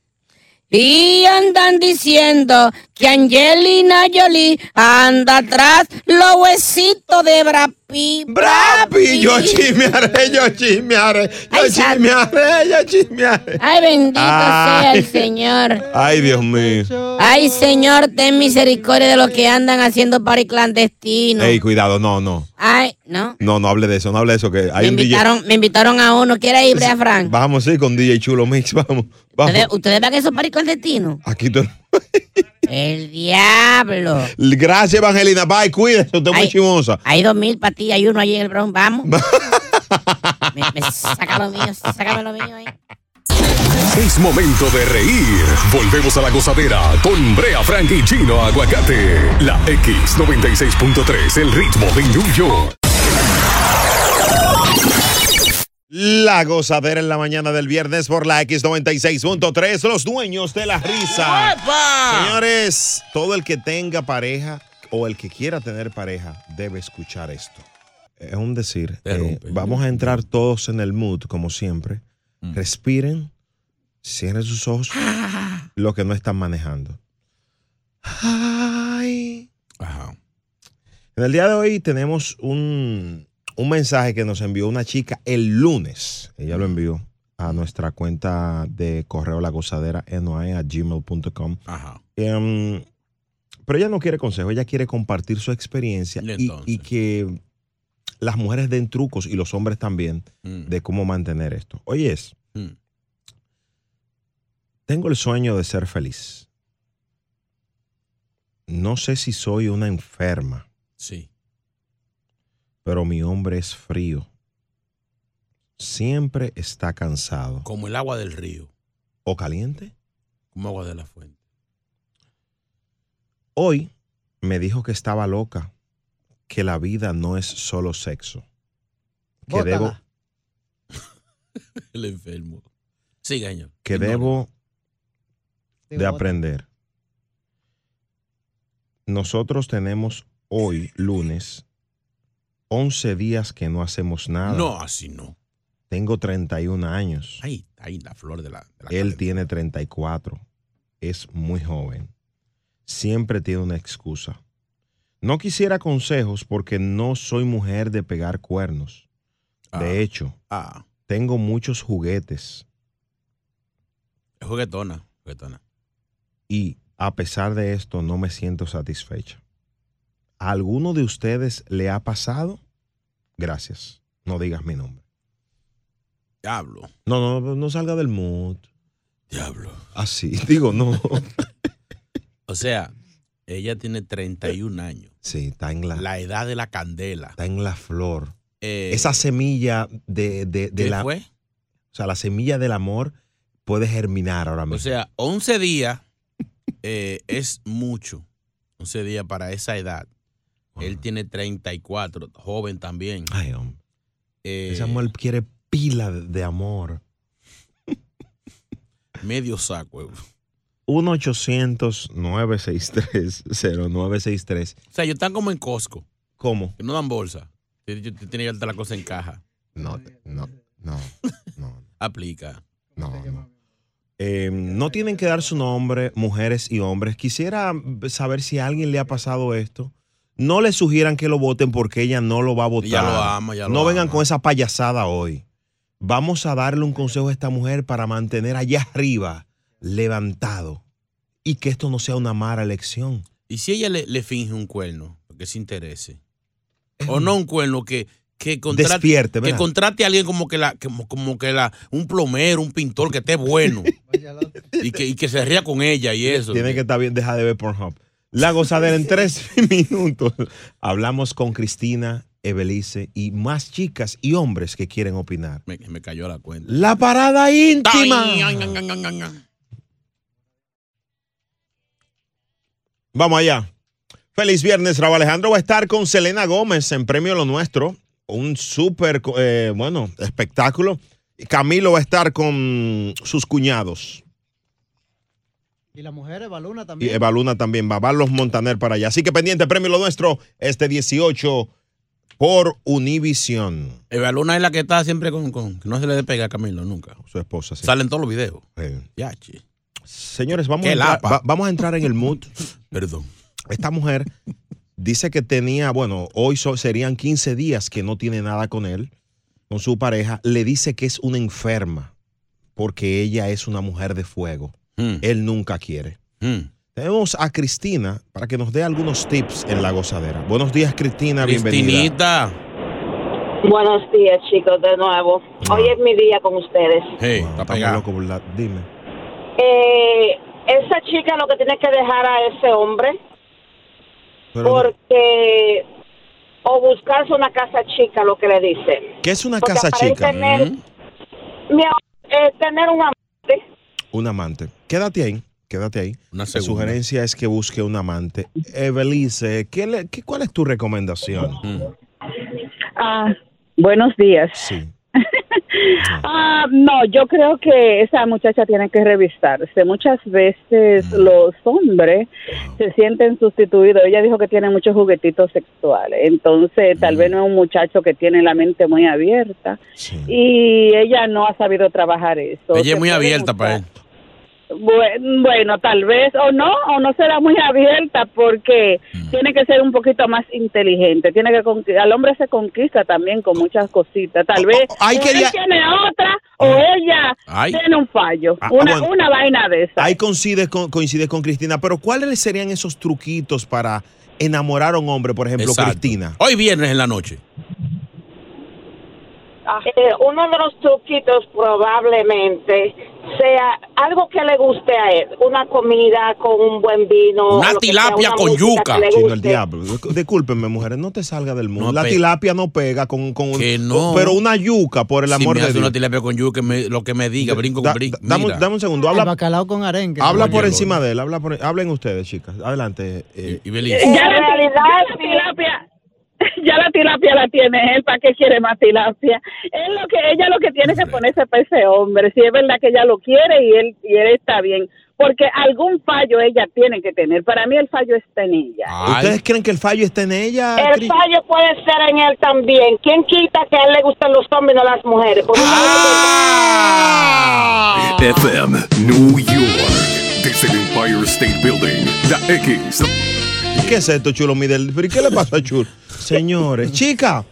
Y andan diciendo que Angelina Jolie anda atrás los huesitos de Brad Pitt. Brad Y yo Pitt. chismearé, yo chismearé, yo chismearé, yo chismearé. Ay, bendito sea Ay. el Señor. Ay, Dios mío. Ay, Señor, ten misericordia de los que andan haciendo party clandestino. Ey, cuidado, no, no. Ay, no. No, no hable de eso, no hable de eso. Que hay Me un DJ. invitaron, me invitaron a uno. ¿Quiere ir, Brea Frank? Vamos, sí, con DJ Chulo Mix, vamos. ¿Ustedes, Vamos. ustedes van a esos paris clandestinos? Aquí tú- El diablo. Gracias, Evangelina. Bye, cuídese, usted es muy chimosa. Hay dos mil para ti, hay uno allí en el Bronx. Vamos. me, me saca lo mío, sácame lo mío ahí. Es momento de reír. Volvemos a la gozadera con Brea Frank y Chino Aguacate. La X96.3, el ritmo de New York. La gozadera en la mañana del viernes por la X96.3, los dueños de la risa. Señores, todo el que tenga pareja o el que quiera tener pareja debe escuchar esto. Es un decir, eh, vamos a entrar todos en el mood, como siempre. Respiren, cierren sus ojos, Ah. lo que no están manejando. Ay. En el día de hoy tenemos un, un mensaje que nos envió una chica el lunes. Ella lo envió a nuestra cuenta de correo la gozadera a gmail.com. Em, pero ella no quiere consejo, ella quiere compartir su experiencia ¿Y y, y que las mujeres den trucos y los hombres también de cómo mantener esto. Oye, es, tengo el sueño de ser feliz. No sé si soy una enferma. Sí. Pero mi hombre es frío. Siempre está cansado. Como el agua del río, ¿O caliente? como agua de la fuente. Hoy me dijo que estaba loca, que la vida no es solo sexo. Que Bótala. debo, El enfermo. Siga, señor. que debo de aprender. Nosotros tenemos hoy, lunes, 11 días que no hacemos nada. No, así no. Tengo 31 años. Ahí, ahí la flor de la. Él tiene 34. Es muy joven. Siempre tiene una excusa. No quisiera consejos porque no soy mujer de pegar cuernos. Ah, de hecho, tengo muchos juguetes Es juguetona, juguetona. y a pesar de esto no me siento satisfecha. ¿A alguno de ustedes le ha pasado? Gracias. No digas mi nombre. Diablo. No, no, no, no salga del mood. Diablo. Así, digo, no. O sea, ella tiene 31 años. Sí, está en la, La edad de la candela. está en la flor. Eh, Esa semilla de, de, de ¿qué la. fue? O sea, la semilla del amor puede germinar ahora mismo. O sea, 11 días eh, es mucho. 11 días para esa edad. Él tiene 34, joven también. Ay, hombre. Eh, Esa mujer quiere pila de, de amor. medio saco. eh. 1-800-963-0963. O sea, ellos están como en Costco, ¿Cómo? que no dan bolsa. Te- te- te Tiene que darte la cosa en caja. No, te- no, no. Aplica. Eh, no tienen que dar su nombre, mujeres y hombres. Quisiera saber si a alguien le ha pasado esto. No le sugieran que lo voten porque ella no lo va a votar. Ella lo ama, ella lo no vengan con esa payasada hoy. Vamos a darle un consejo a esta mujer para mantener allá arriba, levantado, y que esto no sea una mala elección. ¿Y si ella le, le finge un cuerno? Que se interese. O no un cuerno que, que contrate. Eh. Despierte, que ¿verdad? contrate a alguien como que la, como, como que la, un plomero, un pintor que esté bueno. y, que, y que se ría con ella y eso. Tiene que estar bien, deja de ver Pornhub. La gozadera en tres minutos. Hablamos con Cristina, Evelice y más chicas y hombres que quieren opinar. Me, me cayó la cuenta. La parada íntima. Vamos allá. Feliz viernes, Raúl Alejandro. Va a estar con Selena Gómez en Premio Lo Nuestro. Un súper, eh, bueno, espectáculo. Y Camilo va a estar con sus cuñados. Y las mujeres, Baluna Y también. Eva Luna también va. Va los Montaner para allá. Así que pendiente, Premio Lo Nuestro, este 18 por Univision. Evaluna es la que está siempre con, con- que no se le despega a Camilo nunca. Su esposa, sí. Salen todos los videos. Ya, che. Señores, vamos a, Qué entrar, lapa. va- vamos a entrar en el mood. Perdón. Esta mujer dice que tenía, bueno, hoy so- serían 15 días que no tiene nada con él, con su pareja. Le dice que es una enferma porque ella es una mujer de fuego. Hmm. Él nunca quiere. Mm. Tenemos a Cristina para que nos dé algunos tips en la gozadera. Buenos días, Cristina. Bienvenida. Cristinita. Buenos días, chicos, de nuevo. Hoy es mi día con ustedes. Hey, está loco, burla- Dime. Eh, esa chica lo que tiene que dejar a ese Mm. hombre, Pero, porque o buscarse una casa chica, lo que le dicen. ¿Qué es una porque casa chica? Mm. aparecen en- Mi am- eh, tener un amante. Un amante. Quédate ahí, quédate ahí. La segunda. sugerencia es que busque un amante. Evelice, ¿qué le- qué- ¿cuál es tu recomendación? Mm. Ah, buenos días. Ah, no, yo creo que esa muchacha tiene que revisarse. Muchas veces Mm. los hombres se sienten sustituidos. Ella dijo que tiene muchos juguetitos sexuales. Entonces, Mm. tal vez no es un muchacho que tiene la mente muy abierta. Y ella no ha sabido trabajar eso. Ella Se es muy puede abierta para él. Buen- Bueno, tal vez o no, o no será muy abierta porque Mm. tiene que ser un poquito más inteligente, tiene que conqui- al hombre se conquista también con muchas cositas, Oh, tal vez hay o que él ya- tiene otra o ella Oh. Ay. tiene un fallo, Ah, ah, una, bueno. una vaina de esa. Ahí coincides con, coincides con Cristina, pero ¿cuáles serían esos truquitos para enamorar a un hombre, por ejemplo, Exacto. Cristina? Hoy viernes en la noche. Eh, uno de los truquitos probablemente sea algo que le guste a él, una comida con un buen vino. Una lo que sea, una música que le Chino, guste. el diablo. Discúlpenme, mujeres, no te salga del mundo. No la pe- tilapia no pega con, con, Que con- no. pero una yuca, por el Si amor me de hace Dios. una tilapia con yuca, me- lo que me diga, brinco con brinco. Dame, un- Mira. dame un segundo, habla, El bacalao con arenque. habla por Oye, encima de él, habla por, hablen ustedes, chicas. Adelante. eh, Eh, ya la realidad, ya la tilapia, ya la tilapia la tiene él, ¿para qué quiere más tilapia? Él lo que ella lo que tiene es que ponerse para ese hombre, si es verdad que ella lo quiere y él y él está bien, porque algún fallo ella tiene que tener. Para mí el fallo está en ella. ¿Ustedes creen que el fallo está en ella? El fallo puede ser en él también. ¿Quién quita que a él le gustan los hombres y no las mujeres? Porque FM New York. Desde el Empire State Building. La X. ¿Qué es esto, chulo Midel? ¿Pero y qué le pasa a Chulo? Señores, chica,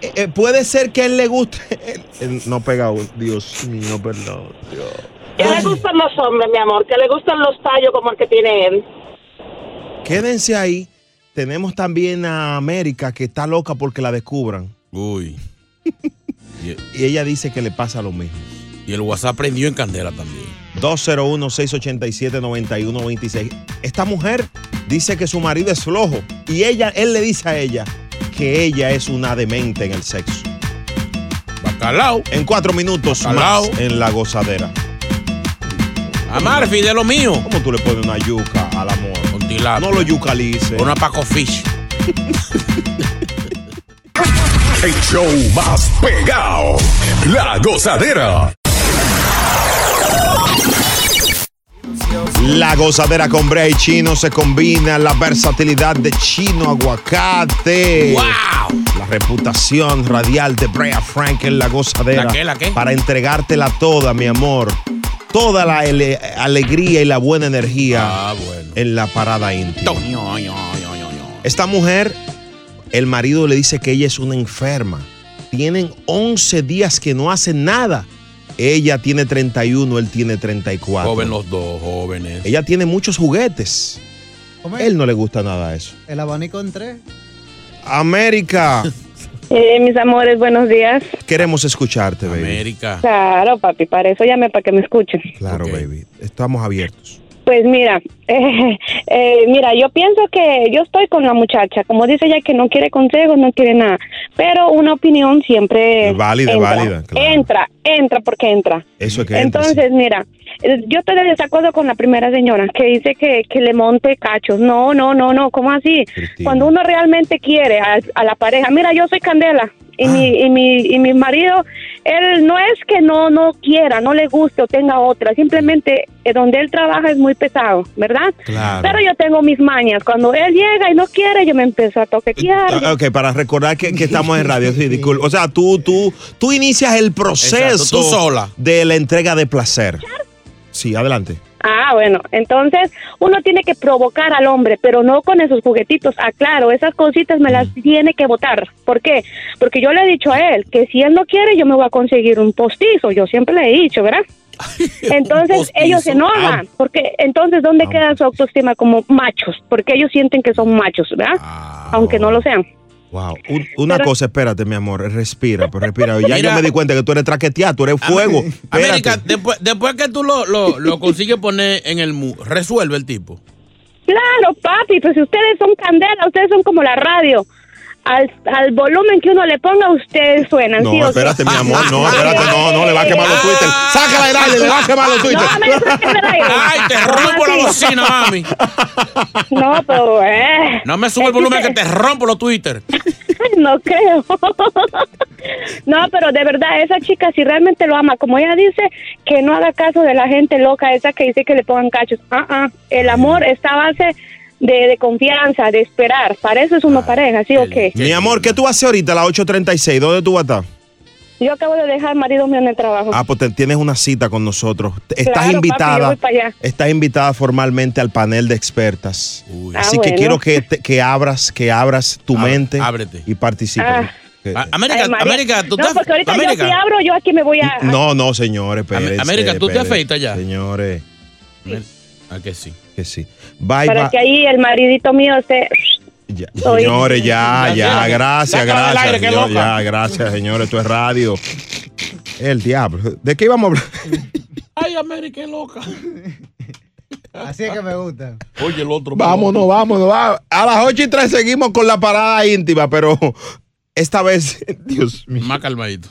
eh, eh, puede ser que a él le guste. Eh, no pega, uno. Dios mío, perdón. Dios. ¿Qué le gustan los hombres, mi amor? ¿Qué le gustan los tallos como el que tiene él? Quédense ahí. Tenemos también a América que está loca porque la descubran. Uy. Y ella dice que le pasa lo mismo. Y el WhatsApp prendió en candela también. 201-687-9126. Esta mujer dice que su marido es flojo y ella, él le dice a ella que ella es una demente en el sexo. Bacalao. En cuatro minutos Bacalao. más en la gozadera. Amarfi, de lo mío. ¿Cómo tú le pones una yuca al amor? No lo yucalice. Una Paco Fish. El show más pegado. La gozadera. La gozadera con Bray Chino se combina la versatilidad de Chino Aguacate. La reputación radial de Brea Frank en la gozadera. ¿La qué, la qué? Para entregártela toda, mi amor. Toda la ele- alegría y la buena energía Ah, en la parada íntima. Esta mujer, el marido le dice que ella es una enferma. Tienen 11 días que no hacen nada. Ella tiene 31, él tiene 34. Joven los dos, jóvenes. Ella tiene muchos juguetes. Él no le gusta nada eso. El abanico en tres. América, mis amores, buenos días. queremos escucharte, baby. Ah. América. Claro, papi, para eso llame para que me escuchen. Claro, baby. Estamos abiertos. Pues mira, eh, eh, mira, yo pienso que yo estoy con la muchacha, como dice ella que no quiere consejos, no quiere nada, pero una opinión siempre Válida, entra, válida, entra, entra porque entra. Eso es que entra, Entonces, mira, eh, yo estoy de desacuerdo con la primera señora que dice que, que le monte cachos. No, no, no, no, ¿cómo así? Cuando uno realmente quiere a, a la pareja, mira, yo soy Candela y, mi, y, mi, y mi marido, él no es que no, no quiera, no le guste o tenga otra, simplemente eh, donde él trabaja es muy pesado, ¿verdad? Claro. Pero yo tengo mis mañas, cuando él llega y no quiere, yo me empiezo a toquetear. Ah, Ok, para recordar que, que estamos en radio, sí, disculpa. O sea, tú, tú, tú inicias el proceso Exacto, tú sola. de la entrega de placer. Sí, adelante. Ah, bueno, entonces uno tiene que provocar al hombre, pero no con esos juguetitos. Aclaro, esas cositas me Mm. las tiene que votar. ¿Por qué? Porque yo le he dicho a él que si él no quiere, yo me voy a conseguir un postizo. Yo siempre le he dicho, ¿verdad? Entonces ellos se enojan, Ah. porque entonces ¿dónde queda pues. su autoestima como machos? Porque ellos sienten que son machos, ¿verdad? Ah. Aunque no lo sean. Wow. Un- una Pero- cosa, espérate, mi amor. Respira, pues respira. Ya Mira. Ah, yo me di cuenta que tú eres traqueteado, tú eres fuego. América, después, después que tú lo, lo, lo consigues poner en el mu, resuelve el tipo. Claro, papi, pues ustedes son candela, ustedes son como la radio. Al, al volumen que uno le ponga, ustedes suenan, ¿sí No, o sí? espérate, mi amor. No, espérate, no, no, le va a quemar Ah. los Twitter. Sácala del aire, le va a quemar los Twitter. Ay, te rompo la bocina, mami. No, pero, eh. No me sube el volumen que te rompo los Twitter. No creo. no, pero de verdad, esa chica si realmente lo ama, como ella dice, que no haga caso de la gente loca, esa que dice que le pongan cachos. Ah, ah, el amor está a base de, de confianza, de esperar. Para eso es Ah, una pareja, ¿sí o qué? Mi amor, ¿qué tú haces ahorita a las 8.36? ¿Dónde tú vas a estar? Yo acabo de dejar marido mío en el trabajo. Ah, pues te- tienes una cita con nosotros. Te- Estás Claro, papi, yo invitada. voy para allá. estás invitada formalmente al panel de expertas. Ah, Así que bueno. quiero que, te- que abras, que abras tu mente y participes. Ah. América, Ay, María. América, tú no, estás- porque ahorita América. yo si abro, yo aquí me voy a... No, no, señores, espérense, América, ¿tú te espérense, afeitas ya? Señores. ¿A Ah, que sí? Que sí. Bye, para bye. que ahí el maridito mío esté... Oye. Señores, ya, ya, Sácala gracias, del gracias. aire, qué señor, loca. ya, gracias, señores, esto es radio. El diablo. ¿De qué íbamos a hablar? Ay, América, es loca. Así es que me gusta. Oye, el otro. Vámonos, vámonos. va. A las 8 y 3 seguimos con la parada íntima, pero esta vez, Dios mío. Más calmadito.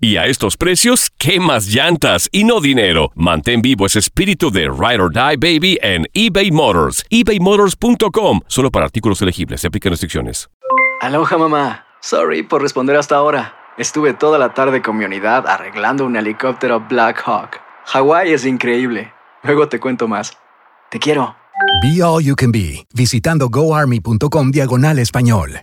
Y a estos precios, ¿qué más llantas y no dinero? Mantén vivo ese espíritu de Ride or Die Baby en eBay Motors. ebaymotors.com. Solo para artículos elegibles. Se aplican restricciones. Aloha mamá. Sorry por responder hasta ahora. Estuve toda la tarde con mi unidad arreglando un helicóptero Black Hawk. Hawái es increíble. Luego te cuento más. Te quiero. Be All You Can Be, visitando goarmy.com diagonal español.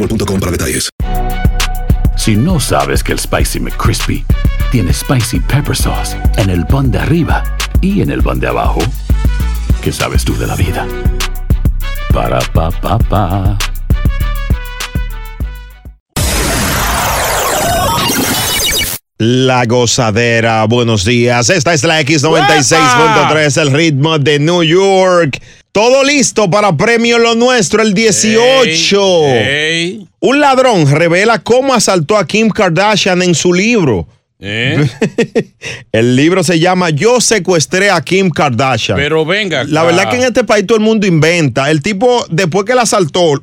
para detalles. Si no sabes que el Spicy McCrispy tiene Spicy Pepper Sauce en el pan de arriba y en el pan de abajo, ¿qué sabes tú de la vida? Para, pa, pa, pa. La gozadera, buenos días. Esta es la X96.3, el ritmo de New York. Todo listo para premio lo nuestro el 18. Ey. Un ladrón revela cómo asaltó a Kim Kardashian en su libro. ¿Eh? El libro se llama Yo secuestré a Kim Kardashian. Pero venga. La verdad que en este país todo el mundo inventa. El tipo, después que la asaltó,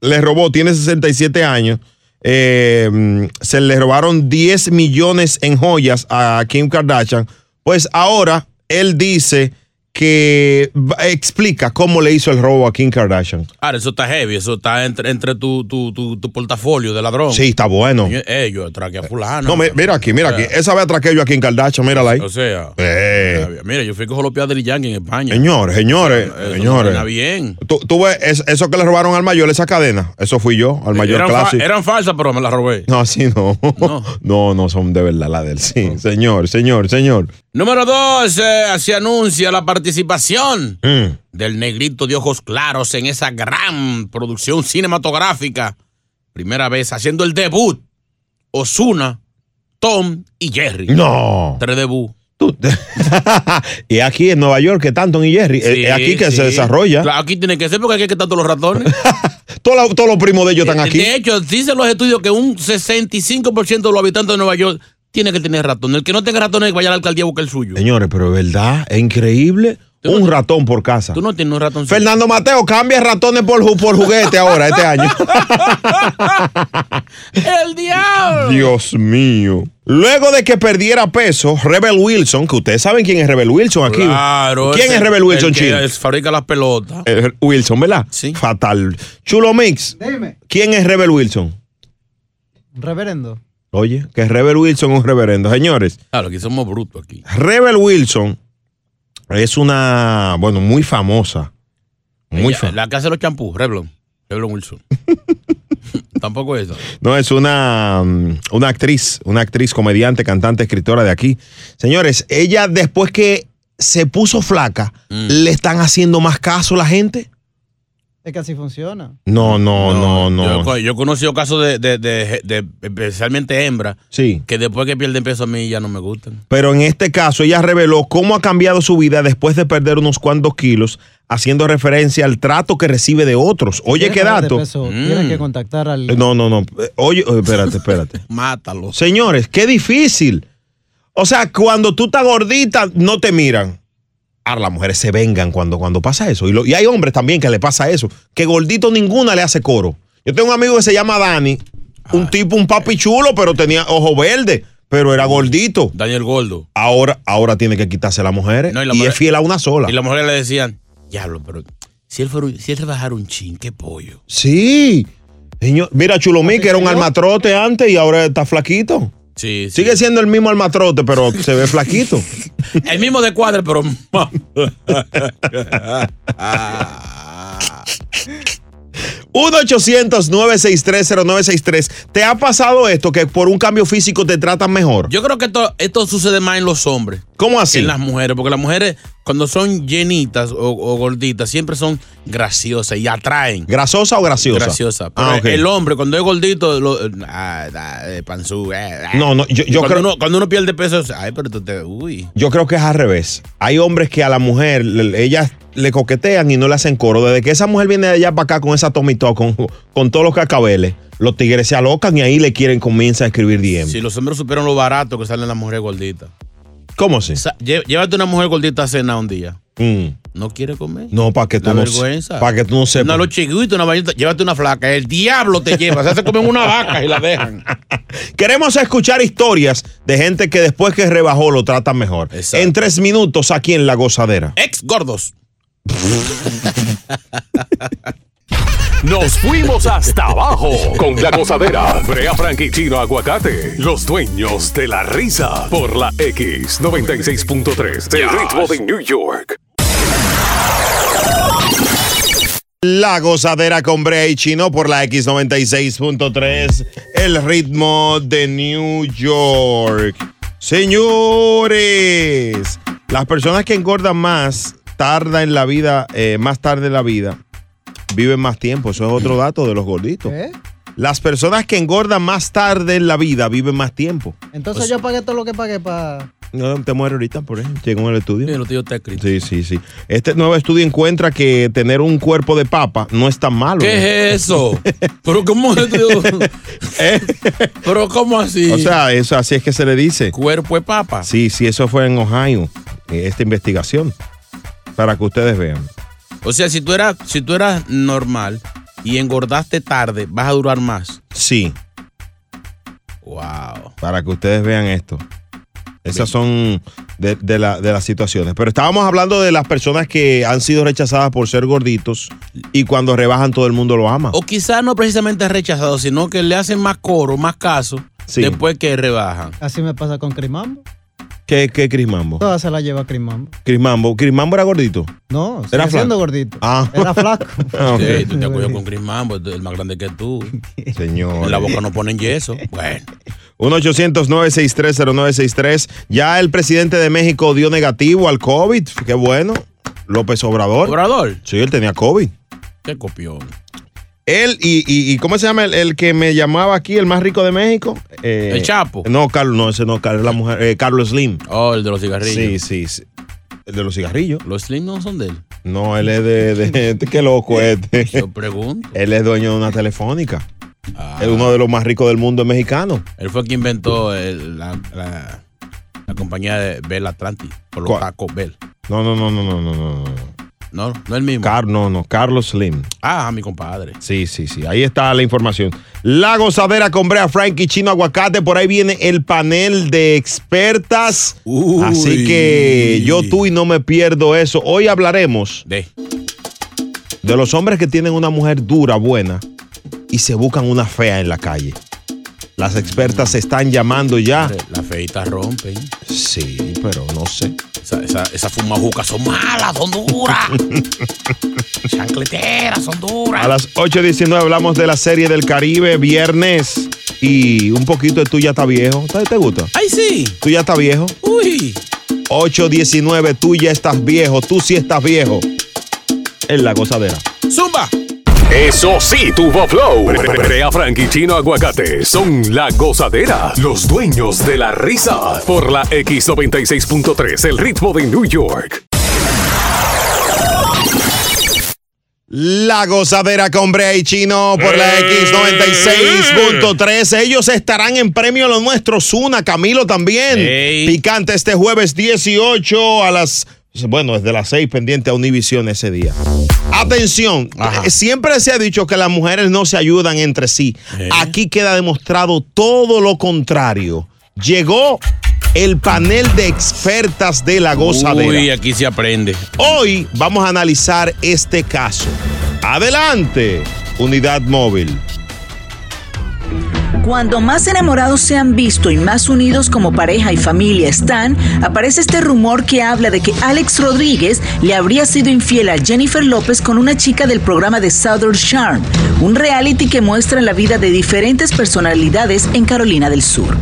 le robó, tiene 67 años. eh, mm, se le robaron 10 millones en joyas a Kim Kardashian. Pues ahora él dice que va- explica cómo le hizo el robo a Kim Kardashian. Ahora, eso está heavy, eso está entre, entre tu, tu, tu, tu portafolio de ladrón. Sí, está bueno. Yo- Eh, yo traqué a fulano. Ah, No, mi- mira aquí, mira aquí. Esa vez atraqué yo a Kim Kardashian, mírala ahí. O sea, Eh, mira, yo fui con los de Yang en España. señores, señores, Eso no señores. suena bien. ¿Tú, tú ves es- eso que le robaron al mayor, esa cadena? Eso fui yo, al mayor eran, Eh, fa- clásico. eran falsas, pero me las robé. No, así no. No. no, son de verdad la del sí. Señor, señor, señor. Número dos, eh, se anuncia la participación Mm. del negrito de ojos claros en esa gran producción cinematográfica. Primera vez haciendo el debut. Osuna, Tom y Jerry. No. Tres debuts. y aquí en Nueva York, que tanto y Jerry, es- es Eh, aquí que Sí, se sí. desarrolla. Claro, aquí tiene que ser porque aquí es que están todos los ratones. Todos los- todos los primos de ellos están aquí. De hecho, dicen los estudios que un 65% de los habitantes de Nueva York tiene que tener ratón. El que no tenga ratón es que vaya a la alcaldía a buscar el suyo. Señores, pero es verdad, es increíble. Un ratón por casa. Tú no tienes un ratón. Fernando Mateo, cambia ratones por, ju- por juguete ahora, este año. ¡El diablo! Dios mío. Luego de que perdiera peso, Rebel Wilson, que ustedes saben quién es Rebel Wilson aquí. Claro. ¿Quién ese- es Rebel Wilson, el que Chino? Fabrica las pelotas. Eh, Wilson, ¿verdad? Sí. Fatal. Chulo Mix. Dime. ¿Quién es Rebel Wilson? Reverendo. Oye, que Rebel Wilson es un reverendo. Señores, Claro, aquí somos brutos aquí. Rebel Wilson es una, bueno, muy famosa. Muy Ella- famosa. La que hace los champús, Reblon. Reblon Wilson. Tampoco eso. No, es una, mm, una actriz, una actriz, comediante, cantante, escritora de aquí. Señores, ella después que se puso flaca, ¿le están haciendo más caso la gente? Es que así funciona. No, no, no, no. Yo, he conocido casos de, de- de- de- especialmente hembras, Sí. que después que pierden peso a mí ya no me gustan. Pero en este caso, ella reveló cómo ha cambiado su vida después de perder unos cuantos kilos, haciendo referencia al trato que recibe de otros. Oye, ¿Quieres qué bajar de dato. peso? Tienes que contactar al. No, no, no. Eh, Oye, oye, espérate, espérate. Mátalo. Señores, qué difícil. O sea, cuando tú estás gordita, no te miran. Ahora las mujeres se vengan cuando, cuando pasa eso. Y, lo- y hay hombres también que le pasa eso. Que gordito ninguna le hace coro. Yo tengo un amigo que se llama Dani. Un tipo, un papi chulo, pero tenía ojo verde. Pero era gordito. Daniel Gordo. Ahora, ahora tiene que quitarse las mujeres. No, y y la mujer- es fiel a una sola. Y las mujeres le decían, diablo, pero si él, fuera, un- si él rebajara un chin, qué pollo. Sí. Señor, mira, Chulomí, que era un almatrote antes y ahora está flaquito. Sí, sí. Sigue siendo el mismo almatrote, pero se ve flaquito. El mismo de cuadre, pero... Ah. 1-800-963-0963. ¿Te ha pasado esto que por un cambio físico te tratan mejor? Yo creo que esto, esto sucede más en los hombres. ¿Cómo así? Que en las mujeres, porque las mujeres cuando son llenitas o, o gorditas siempre son graciosas y atraen. ¿Grasosa o graciosa? Graciosa. Pero Ah, ok. el hombre cuando es gordito, lo, ah, ah, eh, panzú, eh, ah. No, no, yo- Y yo cuando creo- Uno, cuando uno pierde peso, es, ay, pero tú te... Uy. Yo creo que es al revés. Hay hombres que a la mujer, le- ellas le coquetean y no le hacen coro. Desde que esa mujer viene de allá para acá con esa tomito, con, con todos los cacabeles, los tigres se alocan y ahí le quieren, comienza a escribir DM. Si los hombres superan lo barato que salen las mujeres gorditas. ¿Cómo así? Sa- lle- Llévate una mujer gordita a cenar un día. Mm. No quiere comer. No, para que tú La no vergüenza. Para que tú no sepas. No, los chiquitos, una vainita, llévate una flaca. El diablo te lleva. Se hace comen una vaca y la dejan. Queremos escuchar historias de gente que después que rebajó lo tratan mejor. En tres minutos aquí en La Gozadera. Ex gordos. Nos fuimos hasta abajo con la gozadera. Brea Frank y Chino Aguacate, los dueños de la risa por la X96.3, el ritmo de New York. La Gozadera con Brea y Chino por la X96.3. El ritmo de New York. Señores, las personas que engordan más tarda en la vida, eh, más tarde en la vida, viven más tiempo. Eso es otro dato de los gorditos. Eh. Las personas que engordan más tarde en la vida viven más tiempo. Entonces Pues- yo pagué todo lo que pagué para... No, te muero ahorita por eso. Llegó en el estudio. lo tuyo está escrito. Sí, sí, sí. Este nuevo estudio encuentra que tener un cuerpo de papa no es tan malo. ¿eh? ¿Qué es eso? Pero ¿cómo es eso? Pero ¿cómo así? O sea, eso así es que se le dice. Cuerpo de papa. Sí, sí, eso fue en Ohio, eh, esta investigación. Para que ustedes vean. O sea, si tú eras, si tú eras normal y engordaste tarde, vas a durar más. Sí. Wow. Para que ustedes vean esto. Esas son de, de la- de las situaciones. Pero estábamos hablando de las personas que han sido rechazadas por ser gorditos y cuando rebajan todo el mundo lo ama. O quizás no precisamente rechazado, sino que le hacen más coro, más caso después que rebajan. Así me pasa con Crimambo. ¿Qué, qué Cris Mambo? Toda se la lleva Crimambo. Cris Mambo. Cris Mambo era gordito. No, Era era siendo flaco. gordito. Ah. Era flaco. Ah, ok. Sí, tú te acuerdas con Chris Mambo, el más grande que tú. Señor. En la boca no ponen yeso. Bueno. 1-800-963-0963. Ya el presidente de México dio negativo al COVID. Qué bueno. López Obrador. ¿Obrador? Sí, él tenía COVID. Qué copión. Él y, y- y ¿cómo se llama el, el que me llamaba aquí, el más rico de México? Eh, El Chapo. No, Carlos, no, ese no, Carlos, la mujer, eh, Carlos Slim. Oh, el de los cigarrillos. Sí, sí, sí. El de los cigarrillos. Los Slim no son de él. No, él es de, de- de- qué loco este. Yo pregunto. Ah. Él es dueño de una telefónica. Es uno de los más ricos del mundo mexicano. Él fue quien inventó el- la, la- la compañía de Bell Atlantic, por los ¿Cuál? tacos Bell. No, no, no, no, no, no, no, no. No, no el mismo. Car- no, no, Carlos Slim. Ah, mi compadre. Sí, sí, sí. Ahí está la información. La gozadera con Brea Frankie Chino Aguacate. Por ahí viene el panel de expertas. Así que yo, tú y no me pierdo eso. Hoy hablaremos de. los hombres que tienen una mujer dura, buena, y se buscan una fea en la calle. Las expertas se están llamando ya. Las feitas rompen. Sí, pero no sé. Esa- esa- Esas fumajucas son malas, son duras. Chancleteras, son duras. A las 8.19 hablamos de la serie del Caribe, viernes. Y un poquito de tú ya está viejo. ¿Te- ¿Te gusta? ¡Ay, sí! Tú ya estás viejo. Uy. 819, tú ya estás viejo. Tú sí estás viejo. En la gozadera. ¡Zumba! Eso sí, tuvo flow. Brea Frank y Chino Aguacate son la gozadera, los dueños de la risa por la X96.3, el ritmo de New York. La gozadera con Brea y Chino por la X96.3. Ellos estarán en premio lo nuestro. Zuna, Camilo también. Picante este jueves 18 a las. Bueno, desde las 6 pendiente a Univision ese día. Atención, eh, siempre se ha dicho que las mujeres no se ayudan entre sí. Aquí queda demostrado todo lo contrario. Llegó el panel de expertas de la gozadera. Uy, aquí se aprende. Hoy vamos a analizar este caso. Adelante, unidad móvil. Cuando más enamorados se han visto y más unidos como pareja y familia están, aparece este rumor que habla de que Alex Rodríguez le habría sido infiel a Jennifer López con una chica del programa de Southern Charm, un reality que muestra la vida de diferentes personalidades en Carolina del Sur.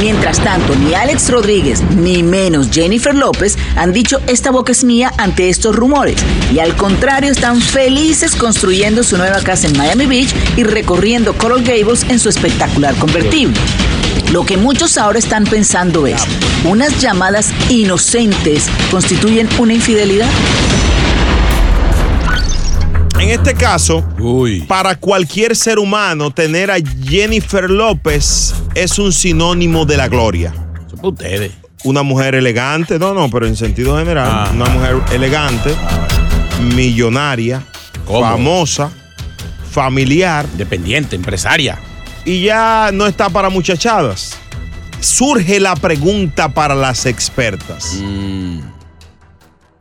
Mientras tanto, ni Alex Rodríguez, ni menos Jennifer López han dicho esta boca es mía ante estos rumores. Y al contrario, están felices construyendo su nueva casa en Miami Beach y recorriendo Coral Gables en su espectacular convertible. Lo que muchos ahora están pensando es, ¿unas llamadas inocentes constituyen una infidelidad? En este caso, para cualquier ser humano, tener a Jennifer López es un sinónimo de la gloria. Son pa' ustedes. una mujer elegante, no, no, pero en sentido general, una mujer elegante, millonaria, famosa, familiar. Dependiente, empresaria. Y ya no está para muchachadas. Surge la pregunta para las expertas.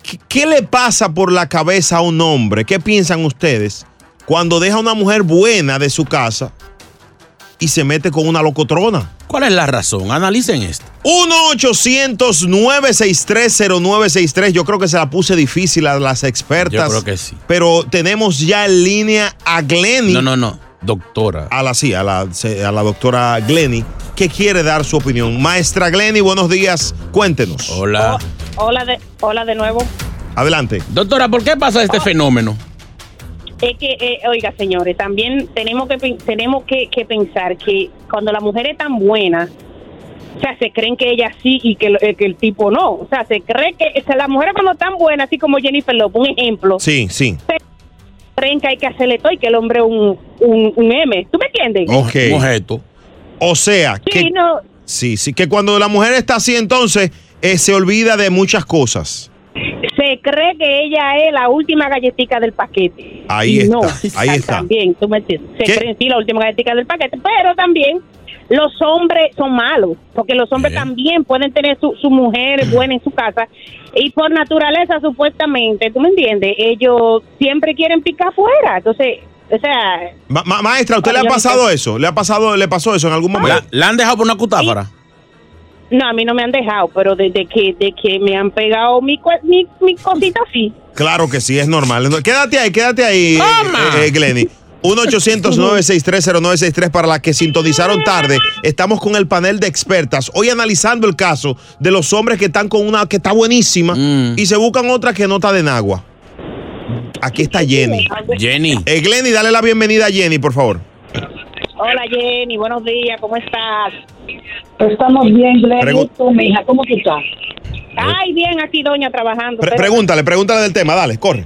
¿Qué, qué le pasa por la cabeza a un hombre? ¿Qué piensan ustedes cuando deja a una mujer buena de su casa y se mete con una locotrona? ¿Cuál es la razón? Analicen esto. 1-800-963-0963. Yo creo que se la puse difícil a las expertas. Yo creo que sí. Pero tenemos ya en línea a Glenny. No, no, no. Doctora. A la sí, a la, se- a la doctora Glenny, que quiere dar su opinión. Maestra Glenny, buenos días. Cuéntenos. Hola. Hola de, hola de nuevo. Adelante. Doctora, ¿por qué pasa este fenómeno? Es que, eh, oiga, señores, también tenemos que pen- tenemos que, que pensar que cuando la mujer es tan buena, o sea, se creen que ella sí y que, lo- eh, que el tipo no. O sea, se cree que o sea, las mujeres cuando están buenas, así como Jennifer Lopez, un ejemplo, Sí, sí. creen que hay que hacerle todo y que el hombre es un, un, un M. ¿Tú me entiendes? Ok. O sea, que, Sí, no, sí, sí, que cuando la mujer está así, entonces eh, se olvida de muchas cosas. se cree que ella es la última galletica del paquete. Ahí Y está, no, ahí ta- está. También, tú me entiendes. Se creen sí la última galletica del paquete, pero también los hombres son malos, porque los hombres también pueden tener su, su mujer buena en su casa y por naturaleza supuestamente, tú me entiendes, ellos siempre quieren picar fuera, entonces, o sea, Ma- ma- maestra, ¿a usted le ha pasado eso? ¿Le ha pasado, le pasó eso en algún momento? ¿La, han dejado por una cutáfara? no, a mí no me han dejado, pero desde que, de que me han pegado mi, cue- mi, mi cosita así. Claro que sí, es normal. No, Quédate ahí, quédate ahí, eh, eh, Glenny. 1-800-963-0963 para las que sintonizaron tarde. Estamos con el panel de expertas. Hoy analizando el caso de los hombres que están con una que está buenísima Mm. y se buscan otra que no está de nagua. Aquí está Jenny. Jenny. Eh, Glenny, dale la bienvenida a Jenny, por favor. Hola Jenny, buenos días, ¿cómo estás? Estamos bien, Glenn. Pregun- ¿Y tú, mija? ¿Cómo tú estás? Ay, bien, aquí doña trabajando. Pre- pero- pregúntale, pregúntale del tema, dale, corre.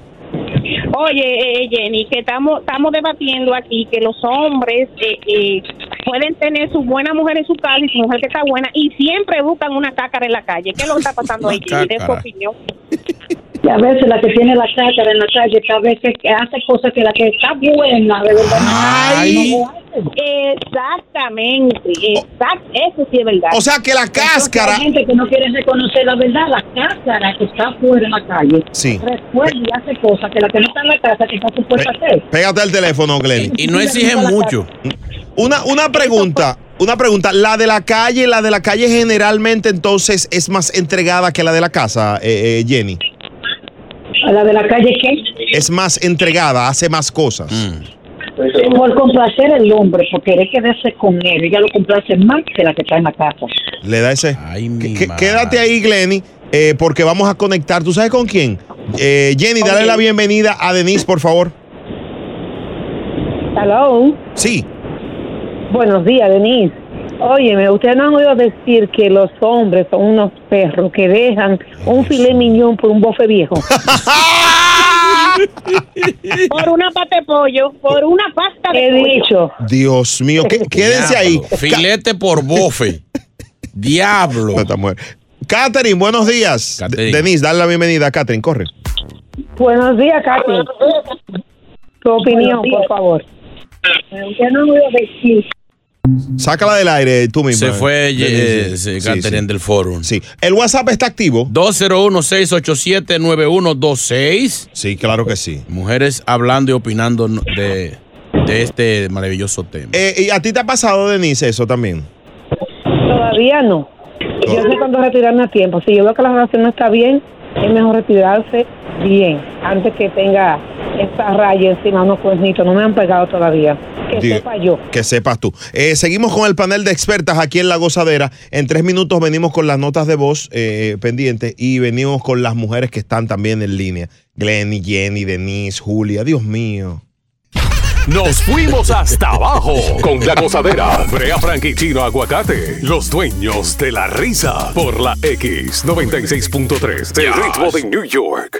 Oye, eh, Jenny, que estamos estamos debatiendo aquí que los hombres eh, eh, pueden tener su buena mujer en su casa y su mujer que está buena y siempre buscan una cácara en la calle. ¿Qué es lo que está pasando ahí, Jenny? De su cácara. opinión. Y a veces la que tiene la cácara en la calle, que a veces que hace cosas que la que está buena, de verdad. no hace. Exactamente, exact, eso sí es verdad. O sea, que la cáscara- hay gente que no quiere reconocer la verdad, la cáscara que está fuera en la calle. Sí. Recuerda y hace cosas que la que no está en la casa, que está supuesta a hacer. Pégate al teléfono, Glenn. Y- y no exigen mucho. Una, una pregunta, una pregunta. La de la calle, la de la calle generalmente entonces es más entregada que la de la casa, eh, eh, Jenny. ¿A la de la calle qué? Es más entregada, hace más cosas. Mm. Por complacer al hombre, por querer quedarse con él, ella lo complace más que la que está en la casa. Le da ese. Qu- quédate ahí, Glenny, eh, porque vamos a conectar. ¿Tú sabes con quién? Eh, Jenny, dale la bienvenida a Denise, por favor. Hello. Sí. Buenos días, Denise. Óyeme, ustedes no han oído decir que los hombres son unos perros que dejan un filé miñón por un bofe viejo. por una pata de pollo, por una pasta de He pollo. dicho. Dios mío, qué- quédense ahí. Filete por bofe. Diablo. Catherine, buenos días. D- Denise, dale la bienvenida a Catherine, corre. Buenos días, Katy. Tu opinión, por favor. Ustedes no han oído decir Sácala del aire tú mismo. Se fue eh, sí, Catherine del Forum. Sí. El WhatsApp está activo. 201-687-9126. Sí, claro que sí. Mujeres hablando y opinando no- de, de este maravilloso tema. Eh, ¿Y a ti te ha pasado, Denise, eso también? Todavía no. Yo sé cuándo retirarme a tiempo. Si yo veo que la relación no está bien, es mejor retirarse bien antes que tenga esa raya encima, unos cuernitos. No me han pegado todavía. Que Digo- sepa yo. Que sepas tú. Eh, seguimos con el panel de expertas aquí en La Gozadera. En tres minutos venimos con las notas de voz eh, pendientes y venimos con las mujeres que están también en línea. Glenny, Jenny, Denise, Julia. Dios mío. Nos fuimos hasta abajo con la gozadera. Brea Frank y Chino Aguacate, los dueños de la risa por la X96.3 del ritmo de New York.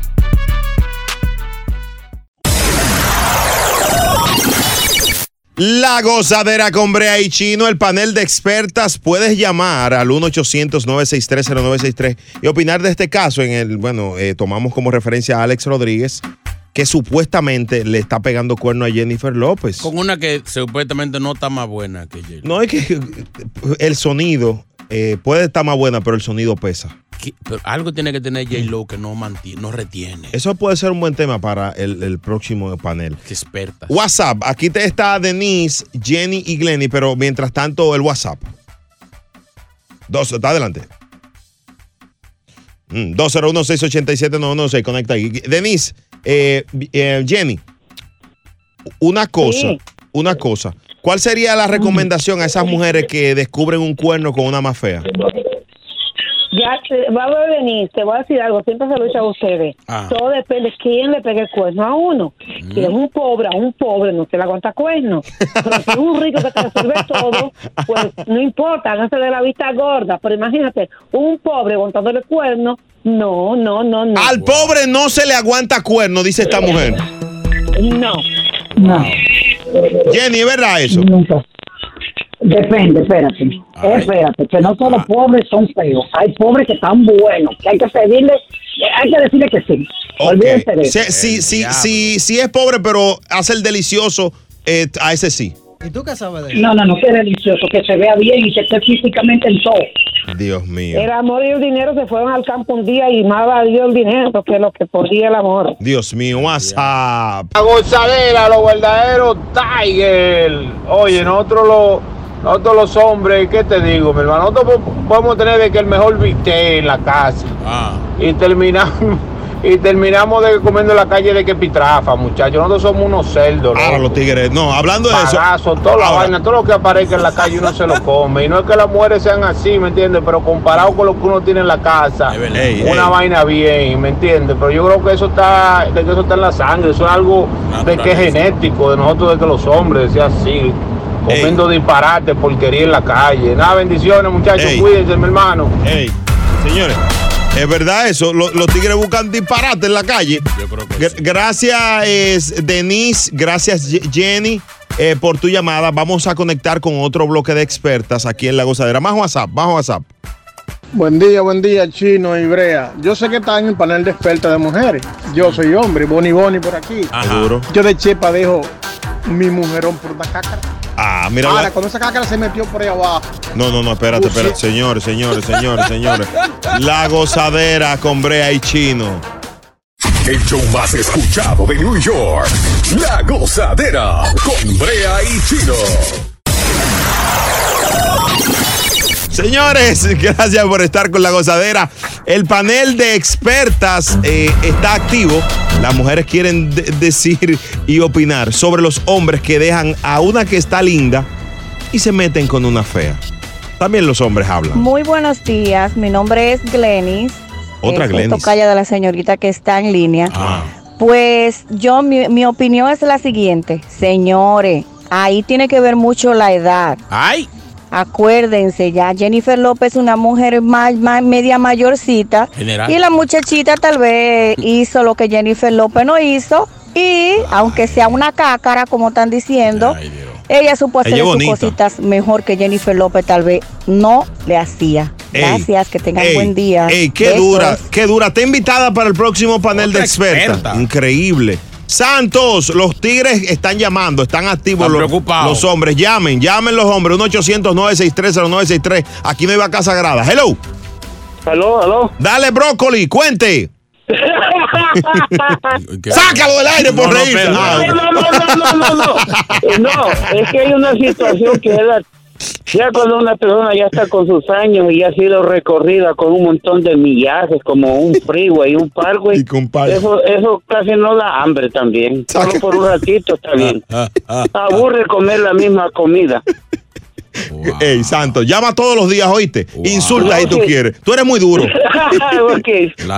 La gozadera con Brea y Chino, el panel de expertas. Puedes llamar al 1-800-963-0963 y opinar de este caso. En el, bueno, eh, tomamos como referencia a Alex Rodríguez, que supuestamente le está pegando cuerno a Jennifer López. Con una que supuestamente no está más buena que J-Lo. No es que el sonido eh, puede estar más buena, pero el sonido pesa. Que- Pero algo tiene que tener J-Lo que no, mantiene, no retiene. Eso puede ser un buen tema para el, el próximo panel. Experta. WhatsApp, aquí te está Denise, Jenny y Glenny, pero mientras tanto el WhatsApp. Dos, está adelante. Mm, 201-687-996, conecta ahí. Denise, eh, eh, Jenny, una cosa, Sí. una cosa. ¿Cuál sería la recomendación a esas mujeres que descubren un cuerno con una más fea? Ya, eh, va a venir, te voy a decir algo, siempre se lucha a ustedes. Ah. Todo depende de quién le pegue el cuerno a uno. Si es un pobre, a un pobre no se le aguanta cuerno. Pero si es un rico que te resuelve todo, pues no importa, hágase de la vista gorda. Pero imagínate, un pobre aguantándole cuerno, no, no, no, no. Al pobre no se le aguanta cuerno, dice esta mujer. No. No. Jenny, ¿es verdad eso? Nunca. Depende, espérate. Espérate, que no Ah. todos los pobres son feos. Hay pobres que están buenos, que hay que pedirle, hay que decirle que sí. Olvídense de Si, eso. si, si, si, si es pobre, pero hace el delicioso, eh, a ese sí. ¿Y tú qué sabes de eso? No, no, no, que delicioso, que se vea bien y que esté físicamente en todo. Dios mío. El amor y el dinero se fueron al campo un día y más valió el dinero que lo que podía el amor. Dios mío, WhatsApp. La gozadera, los verdaderos Tiger. Oye, nosotros los, nosotros los hombres, ¿qué te digo, mi hermano? Nosotros po- podemos tener de que el mejor bistec en la casa. Ah. Y terminamos, y terminamos de comiendo en la calle de que pitrafa, muchachos. Nosotros somos unos cerdos. Ahora los tigres, no, hablando de eso. Pagazo, toda la Ahora. vaina, todo lo que aparezca en la calle uno se lo come. Y no es que las mujeres sean así, ¿me entiendes? Pero comparado con lo que uno tiene en la casa, Ey, una ey. vaina bien, ¿me entiendes? Pero yo creo que eso está, de que eso está en la sangre, eso es algo de que es genético de nosotros, de que los hombres sean así, comiendo disparate, porquería en la calle. Nada, bendiciones muchachos, cuídense, mi hermano. Ey, señores, es verdad eso. Lo- Los, tigres buscan disparate en la calle. Gra- Gracias, es, Denise. Gracias, Ye- Jenny. eh, por tu llamada, vamos a conectar con otro bloque de expertas aquí en La Gozadera. Más WhatsApp, más WhatsApp. Buen día, buen día, Chino y Brea. Yo sé que están en el panel de expertas de mujeres. Yo soy hombre, Boni Boni por aquí. Seguro. Yo de chepa dejo mi mujerón por una cácara. Ah, mira. Ahora, la- cuando esa cácara se metió por ahí abajo. No, no, no, espérate, Uy, sí. espérate. Señores, señores, señores, señores. La Gozadera con Brea y Chino. El show más escuchado de New York. La gozadera con Brea y Chino. Señores, gracias por estar con la gozadera. El panel de expertas eh, está activo. Las mujeres quieren de- decir y opinar sobre los hombres que dejan a una que está linda y se meten con una fea. También los hombres hablan. Muy buenos días, mi nombre es Glenis. Otra soy Glenis. Eh, tocaya de la señorita que está en línea. Ah. Pues yo, mi, mi opinión es la siguiente. Señores, ahí tiene que ver mucho la edad. ¡Ay! Acuérdense ya, Jennifer López, una mujer más, más- media mayorcita. General. Y la muchachita tal vez hizo lo que Jennifer López no hizo. Y aunque sea una cácara, como están diciendo, ella supo hacer Ella es sus bonita. cositas mejor que Jennifer López tal vez no le hacía. Ey, Gracias, que tengan ey, buen día. ey, qué Besos. dura, qué dura. Está invitada para el próximo panel Otra de experta. experta. Increíble. Santos, los tigres están llamando, están activos Están los, los hombres. Llamen, llamen los hombres. 1-800-963-0963. Aquí no hay vaca sagrada. Hello. Hello, hello. Dale, brócoli, cuente. Sácalo del aire por reírse. Ah. No, no, no, no, no, no. No, es que hay una situación que es la- ya cuando una persona ya está con sus años y ha sido recorrida con un montón de millajes, como un freeway, un parkway, eso, eso casi no da hambre también. Solo por un ratito está bien. Aburre comer la misma comida. Ey, Santos, llama todos los días, oíste. Insulta si tú Sí. quieres. Tú eres muy duro. Ok.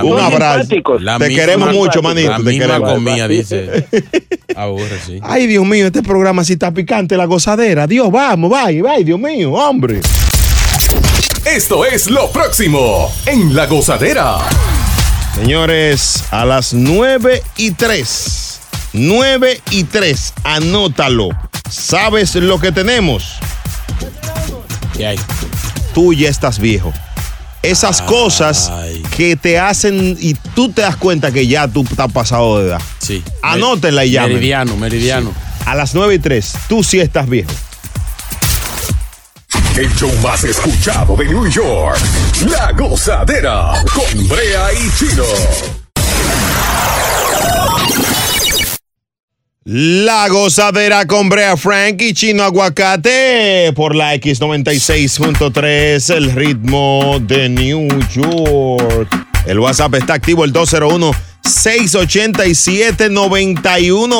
Un Son abrazo. simpáticos. te queremos mucho, manito. La te misma queremos. comida, dice. Aburre, sí. Ay, Dios mío, este programa sí está picante, la gozadera. Dios, vamos, vaya, vaya, Dios mío, hombre. Esto es lo próximo en La Gozadera. Señores, a las 9 y 3. 9 y 3. Anótalo. ¿Sabes lo que tenemos? ¿Qué hay? Tú ya estás viejo. Esas cosas que te hacen y tú te das cuenta que ya tú estás pasado de edad. Sí. Anótenla y llamen. Meridiano, meridiano. A las 9 y 3. Tú sí estás viejo. El show más escuchado de New York. La Gozadera con Brea y Chino. La gozadera con Brea Frank y Chino Aguacate por la X96.3, el ritmo de New York. El WhatsApp está activo, el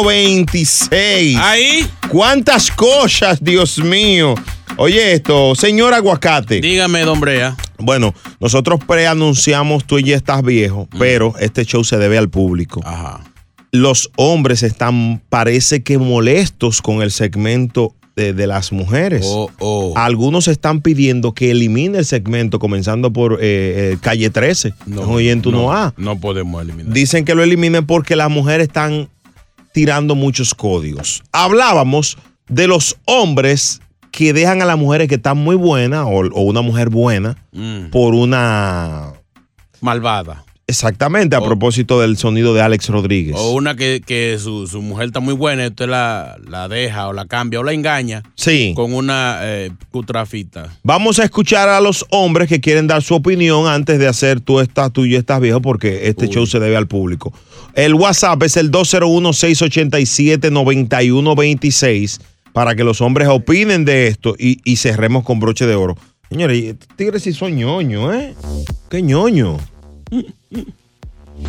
201-687-9126. Ahí. ¿Cuántas cosas, Dios mío? Oye esto, señor Aguacate. Dígame, don Brea. Bueno, nosotros preanunciamos tú ya estás viejo, Mm. pero este show se debe al público. Los hombres están, parece que molestos con el segmento de, de las mujeres. Oh. Algunos están pidiendo que elimine el segmento, comenzando por eh, eh, calle 13. No, oyendo no, A. No podemos eliminar. Dicen que lo eliminen porque las mujeres están tirando muchos códigos. Hablábamos de los hombres que dejan a las mujeres que están muy buenas o, o una mujer buena Mm. por una... Malvada. Exactamente, a propósito del sonido de Alex Rodríguez. O una que, que su, su mujer está muy buena y usted la, la deja o la cambia o la engaña Sí. con una eh, cutrafita. Vamos a escuchar a los hombres que quieren dar su opinión antes de hacer tú estás, tú y estás viejo, porque este show se debe al público. El WhatsApp es el 201-687-9126 para que los hombres opinen de esto y, y cerremos con broche de oro. Señores, y estos tigres sí son ñoño, ¿eh? Qué ñoño.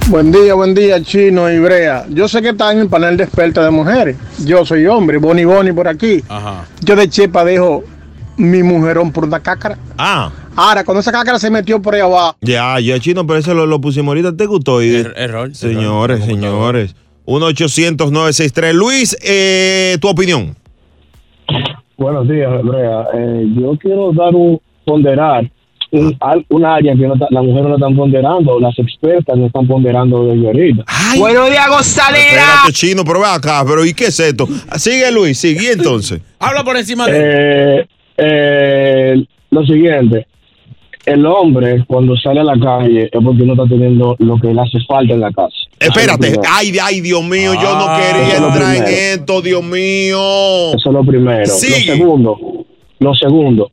Buen día, buen día, Chino y Brea. Yo sé que están en el panel de expertas de mujeres. Yo soy hombre, Boni Boni por aquí. Ajá. Yo de chepa dejo mi mujerón por una cácara. Ah. Ahora, cuando esa cácara se metió por ahí abajo, Ya, ya, chino, pero eso lo, lo pusimos ahorita. ¿Te gustó? Y- Er-, error. Señores, señores. 1-800-963. Luis, eh, tu opinión. Buenos días, Brea. Eh, yo quiero dar un ponderar un, al- un área que no ta- las mujeres no están ponderando, las expertas no están ponderando desde ahorita. Buenos días, Gonzalera. chino, pero ve acá, pero ¿y qué es esto? Sigue, Luis, sigue ¿y entonces. Habla por encima de eh, Lo siguiente, el hombre cuando sale a la calle es porque no está teniendo lo que le hace falta en la casa. Espérate, ay, ay, Dios mío, yo no Ah, quería entrar en esto, Dios mío. Eso es lo primero. Sigue. Lo segundo, lo segundo.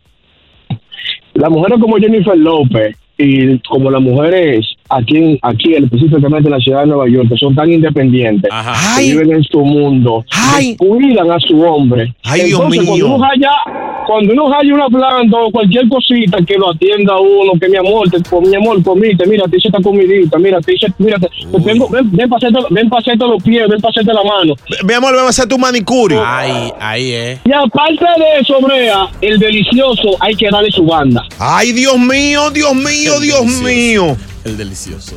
Las mujeres como Jennifer López y como las mujeres aquí, en- aquí específicamente en la ciudad de Nueva York, que son tan independientes, que viven en su mundo, que cuidan a su hombre. Ay, Dios Entonces, mío. Cuando uno haya, cuando uno haya una planta o cualquier cosita que lo atienda a uno, que mi amor, te, pues, mi amor, comiste, mira, te hice esta comidita, mira, te hice, mira, te- ven, ven, ven, pa' hacerte- ven pa' hacerte los pies, ven pa' hacerte la mano. Mi amor, ven a hacer tu manicurio. Ahí, ahí es. Y aparte de eso, Brea, el delicioso hay que darle su banda. Ay, Dios mío, Dios mío, Dios mío. El delicioso.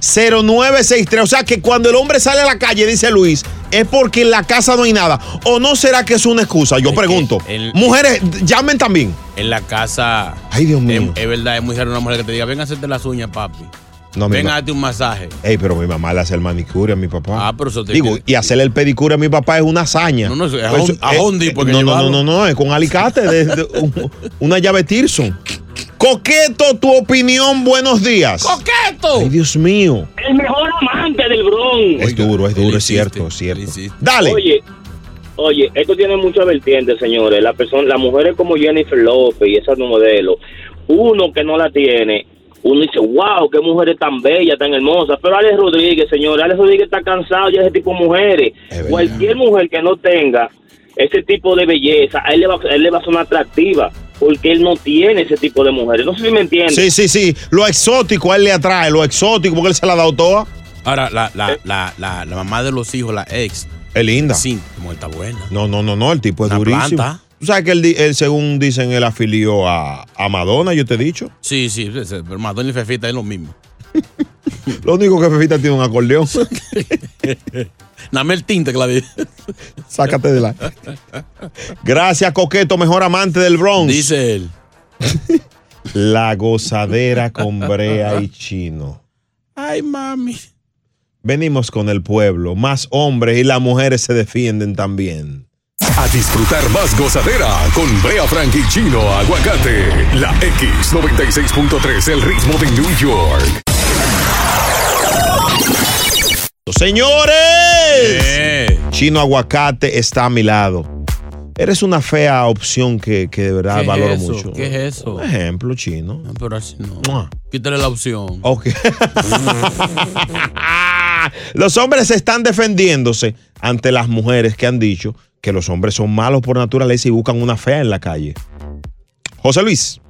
1-800-963-0963. O sea que cuando el hombre sale a la calle, dice Luis, es porque en la casa no hay nada. ¿O no será que es una excusa? Yo pregunto. el- Mujeres, llamen también. En la casa. Ay, Dios mío. Es, es verdad, es muy raro una mujer que te diga, ven a hacerte las uñas, papi. No, mi ven a ma- darte un masaje. Ey, pero mi mamá le hace el manicure a mi papá. Ah, pero eso te- Digo, y hacerle el pedicure a mi papá es una hazaña. No, no, eso es a Pues, Hon- a eh, Hondi, eh, porque no, no, llevarlo. no, no, no, es con alicate, de- de- un- una llave Tirson. Coqueto, tu opinión, buenos días. ¡Coqueto! Ay, Dios mío. El mejor amante del Bronx. Es duro, es duro, es cierto, es cierto. Dale. Oye, oye, esto tiene muchas vertientes, señores. La persona, las mujeres como Jennifer López y esas modelos, uno que no la tiene, uno dice, wow, qué mujeres tan bellas, tan hermosas. Pero Alex Rodríguez, señores, Alex Rodríguez está cansado ya de ese tipo de mujeres. Cualquier mujer que no tenga ese tipo de belleza, a él le va, a él le va a sonar atractiva, porque él no tiene ese tipo de mujeres. No sé si me entiendes. Sí, sí, sí. Lo exótico a él le atrae, lo exótico, porque él se la ha dado toda. Ahora, la, la, la, la, la mamá de los hijos, la ex. Eh. Es linda. Sí, como está buena. No, no, no, no, el tipo es Una durísimo. planta. Tú sabes que él, di- él, según dicen, él afilió a, a Madonna, yo te he dicho. Sí, sí, sí, sí, pero Madonna y Fefita es lo mismo. Lo único que Fefita tiene un acordeón. Dame el tinte que la vi. Sácate de la. Gracias, Coqueto, mejor amante del Bronx. Dice él. La gozadera con brea y chino. Ay, mami. Venimos con el pueblo, más hombres y las mujeres se defienden también. A disfrutar más gozadera con Brea Frank y Chino Aguacate. La X96.3, el ritmo de New York. Señores, Eh. Chino Aguacate está a mi lado. Eres una fea opción que, que de verdad ¿Qué valoro es eso? mucho. ¿Qué es eso? Un ejemplo, Chino. No, pero así no. Quítale la opción. Ok. Los hombres están defendiéndose ante las mujeres que han dicho que los hombres son malos por naturaleza y buscan una fea en la calle. José Luis.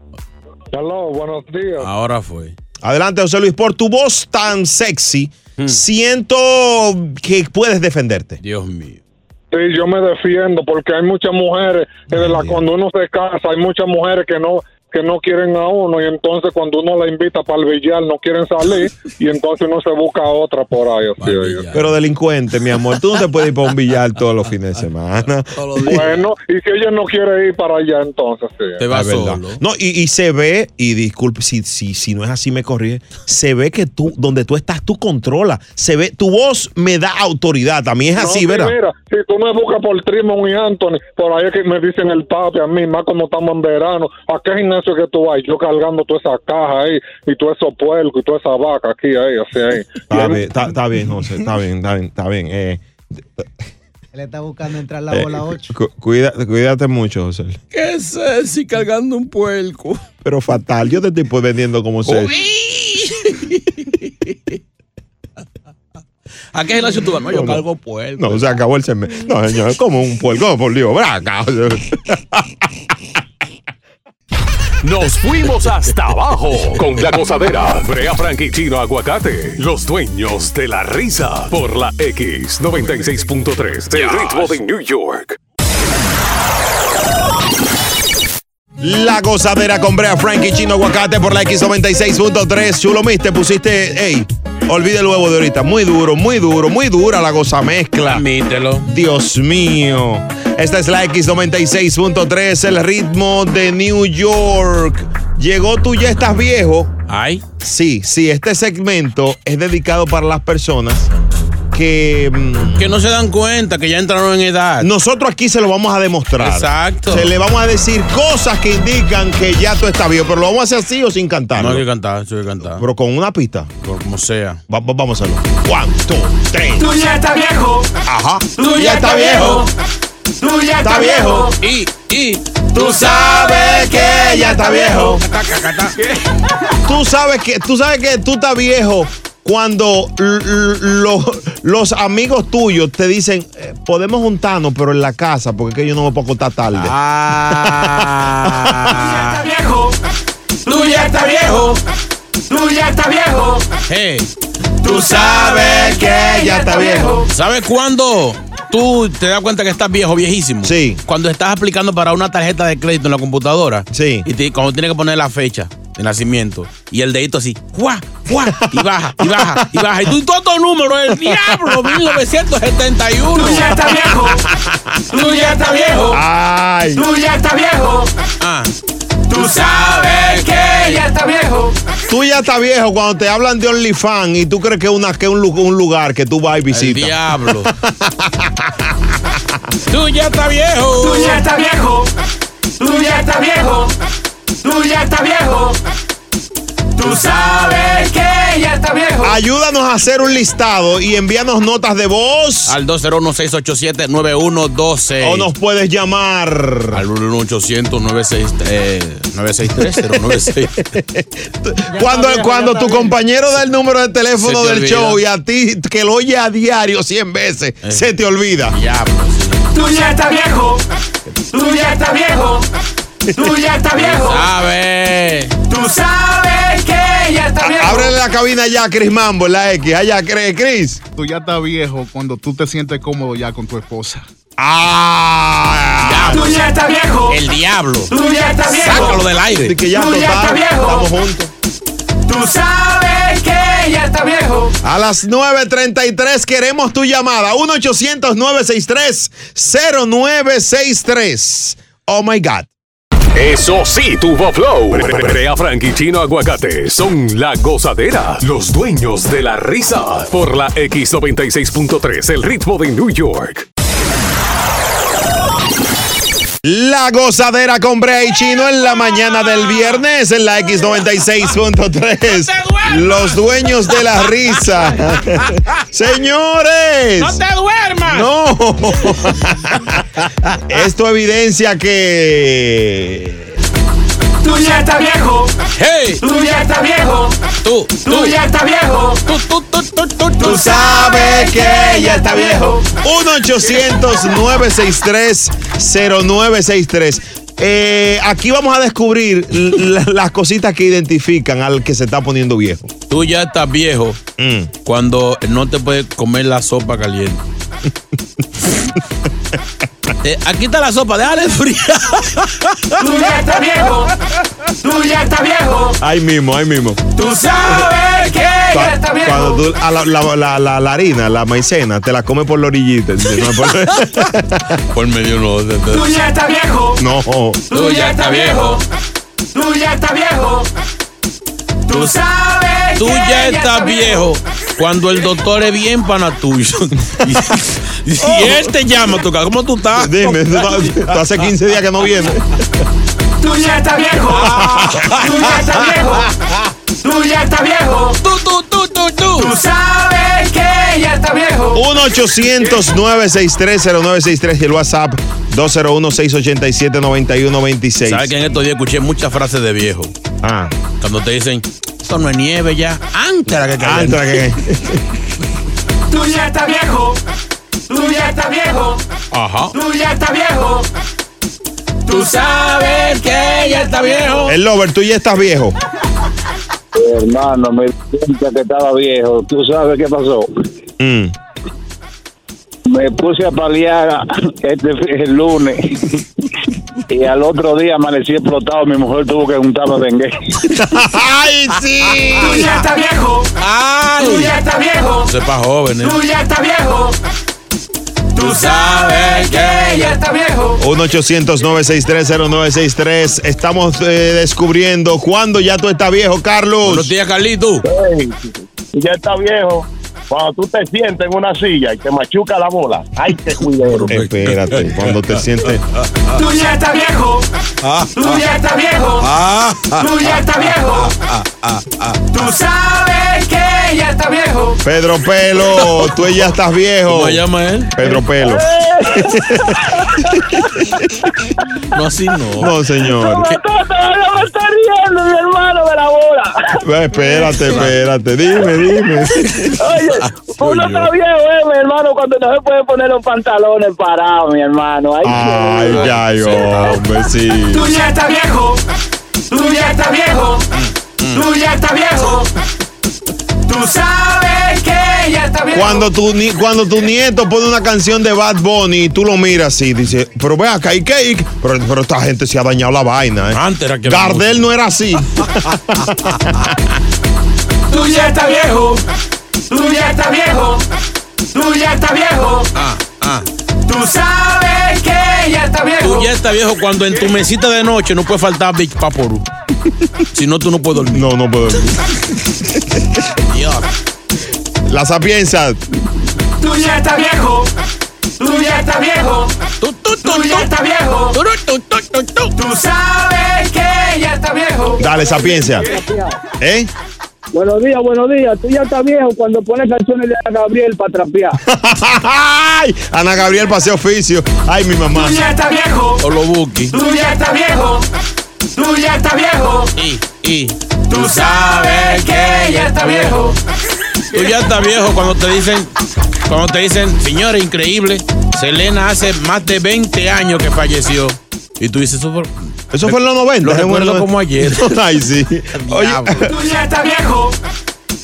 Hello, buenos días. Ahora fue. Adelante, José Luis, por tu voz tan sexy, Hmm. siento que puedes defenderte. Dios mío. Sí, yo me defiendo porque hay muchas mujeres que de la, cuando uno se casa, hay muchas mujeres que no que no quieren a uno y entonces cuando uno la invita para el billar no quieren salir y entonces uno se busca a otra por ahí. así, oiga. Pero delincuente, mi amor, tú no te puedes ir para un billar todos los fines de semana. Bueno, y si ella no quiere ir para allá entonces, sí. Es verdad. No, y, y se ve, y disculpe si, si, si no es así, me corrige. Se ve que tú, donde tú estás, tú controlas. Se ve, tu voz me da autoridad. A mí es No, así, sí, ¿verdad? Mira, si tú me buscas por Trimon y Anthony, por ahí es que me dicen el papi a mí, más como estamos en verano, ¿a qué gimnasio que tú vas? Yo cargando toda esa caja ahí, y todo eso puerco, y toda esa vaca aquí, ahí, así ahí. Está bien, está, está bien, José, está bien, está bien, está bien. Eh, Él está buscando entrar la eh, bola 8. cu- cuida- cuídate mucho, José. ¿Qué es eso? cargando un puerco. Pero fatal, yo te estoy pues vendiendo como sexy. ¿A qué gimnasio tú vas? No, yo cargo puerco. No, se acabó el cemento. No, señor, es como un puerco, por Dios, braca. Nos fuimos hasta abajo con la gozadera. Brea Frank y Chino Aguacate, los dueños de la risa. Por la X96.3, el ritmo de New York. La gozadera con Brea Frank y Chino Aguacate por la X96.3. Chulo Mix, te pusiste, ey, olvide el huevo de ahorita. Muy duro, muy duro, muy dura la goza mezcla. Admítelo. Dios mío. Esta es la X96.3, el ritmo de New York. Llegó tú, ya estás viejo. Ay. Sí, sí, este segmento es dedicado para las personas que... mm, Que no se dan cuenta que ya entraron en edad. Nosotros aquí se lo vamos a demostrar. Exacto. Se le vamos a decir cosas que indican que ya tú estás viejo, pero lo vamos a hacer así o sin cantar. No hay que cantar, eso hay que cantar. Pero con una pista. Como sea. vamos a hacerlo. One, two, three. Tú ya estás viejo. Ajá. Tú ya estás viejo. Tú ya estás viejo. Y, y. Tú sabes que ya está viejo. Tú sabes que tú sabes que tú estás viejo cuando l- l- lo- los amigos tuyos te dicen, eh, podemos juntarnos, pero en la casa, porque es que yo no me puedo acostar tarde. Ah. viejo. Tú ya estás viejo. Tú ya estás viejo. Tú sabes que ya está viejo. ¿Sabes cuándo tú te das cuenta que estás viejo, viejísimo? Sí. Cuando estás aplicando para una tarjeta de crédito en la computadora. Sí. Y te- cuando tienes que poner la fecha. de nacimiento. Y el dedito así, ¡guau! ¡guau! Y baja, y baja, y baja. Y tú, y todo tu número, el diablo, 1971. Tú ya estás viejo. Tú ya estás viejo. Ay. Tú ya estás viejo. Ah. Tú sabes que ya estás viejo. Tú ya estás viejo cuando te hablan de OnlyFans y tú crees que es una- que es un, lu- un lugar que tú vas y visitas. diablo. Tú ya estás viejo. Tú ya estás viejo. Tú ya estás viejo. Tú ya estás viejo. Tú sabes que ya estás viejo. Ayúdanos a hacer un listado y envíanos notas de voz. Al 201-687-9112. O nos puedes llamar. Al eh, 1-800-963-0963. Cuando, cuando tu compañero da el número de teléfono Se te del olvida. show y a ti que lo oye a diario 100 veces, Eh. se te olvida. Tú ya estás viejo. Tú ya estás viejo. Tú ya estás viejo. ¿Sabes? Tú sabes que ya estás viejo. Ábrele la cabina ya, a Chris Mambo, en la X. Allá, Cre- Chris. Tú ya estás viejo cuando tú te sientes cómodo ya con tu esposa. ¡Ah! Tú ya estás viejo. El diablo. Tú ya estás viejo. Sácalo del aire. De que ya, Tú ya total, estás viejo. estamos juntos. Tú sabes que ya estás viejo. A las 9.33 queremos tu llamada. 1-800-963-0963. Oh my God. Eso sí, tuvo flow. Brea Frank y Chino Aguacate son la gozadera, los dueños de la risa. Por la X96.3, el ritmo de New York. La gozadera con Brea y Chino en la mañana del viernes en la X96.3. Los dueños de la risa. Señores. ¡No te duermas! No. Esto evidencia que Tú ya estás viejo. Tú ya estás viejo. Tú, Tú ya estás viejo. Tú, tú, tú, tú, tú, Tú sabes que ya está viejo. 1-800-963-0963. Eh, aquí vamos a descubrir l- l- las cositas que identifican al que se está poniendo viejo. Tú ya estás viejo Mm. cuando no te puedes comer la sopa caliente. Eh, aquí está la sopa, déjale fría. Tú ya estás viejo. Tú ya estás viejo. Ahí mismo, ahí mismo. Tú sabes que ya Cua- estás viejo. Cuando tú a la, la- la- la- la harina, la maicena, te la comes por la orillita. ¿entiendes? No, por- Por medio no. Tú ya estás viejo. No. Tú ya estás viejo. Tú ya estás viejo. Tú sabes Tú que ya estás viejo cuando el doctor es bien pana tuyo. Y, y Oh. él te llama, toca, ¿cómo tú estás? Dime, tú, tú hace 15 días que no vienes. Tú ya estás viejo. Ah. Tú ya estás viejo. Tú ya estás viejo. Tú, tú, tú, tú, tú. Tú sabes que ya estás viejo. 1-800-963-0963 y el WhatsApp 201-687-9126. ¿Sabes que en estos días escuché muchas frases de viejo? Ah. Cuando te dicen, esto no es nieve ya. Antes era que cayera. Antes era Tú ya estás viejo. Tú ya estás viejo. Ajá. Tú ya estás viejo. Tú sabes que ya está viejo. El lover, tú ya estás viejo. Hermano, me di cuenta que estaba viejo. ¿Tú sabes qué pasó? Me puse a paliar este fi- el lunes y al otro día amanecí explotado. Mi mujer tuvo que juntarme dengue. ¡Ay, sí! Tú ya estás viejo. ¡Ay! Tú ya estás viejo. Eso es para jóvenes. Tú ya estás viejo. Tú sabes que ya está viejo. Oh. 1-800-963-0963. Estamos eh, descubriendo cuándo ya tú estás viejo, Carlos. Buenos días, Carlito. ya está viejo. Cuando tú te sientes en una silla y te machuca la bola, ¡ay, te cuidero! Espérate, cuando te sientes. Tú ya estás viejo. Tú ya estás viejo. Ah. Tú ya estás viejo. Tú sabes que ya está viejo. Pedro Pelo, tú ya estás viejo. ¿Cómo se llama él? Pedro Pelo. No, así no. No, señor. me está riendo, mi hermano, de la bola. Eh, Espérate, espérate. Dime, dime. Oye, uno está viejo, eh, mi hermano, cuando no se puede poner los pantalones parados, mi hermano. Ay, Ay, ya, hombre, sí. Tú ya estás viejo. Tú ya estás viejo. Tú ya estás viejo. Tú sabes que ella está viejo. Cuando tu, ni- cuando tu nieto pone una canción de Bad Bunny y tú lo miras así, dice, pero ve acá, ¿y qué? ¿Y qué?". Pero, pero esta gente se ha dañado la vaina. ¿eh? Antes era que Gardel no era así. Tú ya está viejo. Tú ya está viejo. Tú ya está viejo. Ah, ah. Tú sabes que ya está viejo. Tú ya está viejo cuando en tu mesita de noche no puede faltar Big Paporu. si no, tú no puedes dormir. No, no puedo dormir. La sapienza. Tú ya está viejo. Tú ya está viejo. Tú, ya está viejo. Tú, sabes que ya está viejo. Dale, sapienza. ¿Eh? Buenos días, buenos días. Tú ya estás viejo cuando pones canciones de Ana Gabriel para trapear. ¡Ay! Ana Gabriel paseo oficio. ¡Ay, mi mamá! Tú ya estás viejo. O lo buki. Tú ya está viejo. Tú ya está viejo. Y, y. Tú sabes que ya está viejo. Tú ya estás viejo cuando te dicen, cuando te dicen, señores, increíble, Selena hace más de 20 años que falleció. Y tú dices, eso fue, Eso fue en los 90. Lo en los recuerdo 90. como ayer. Ah, Ay, sí. Oye, Tú ya está viejo.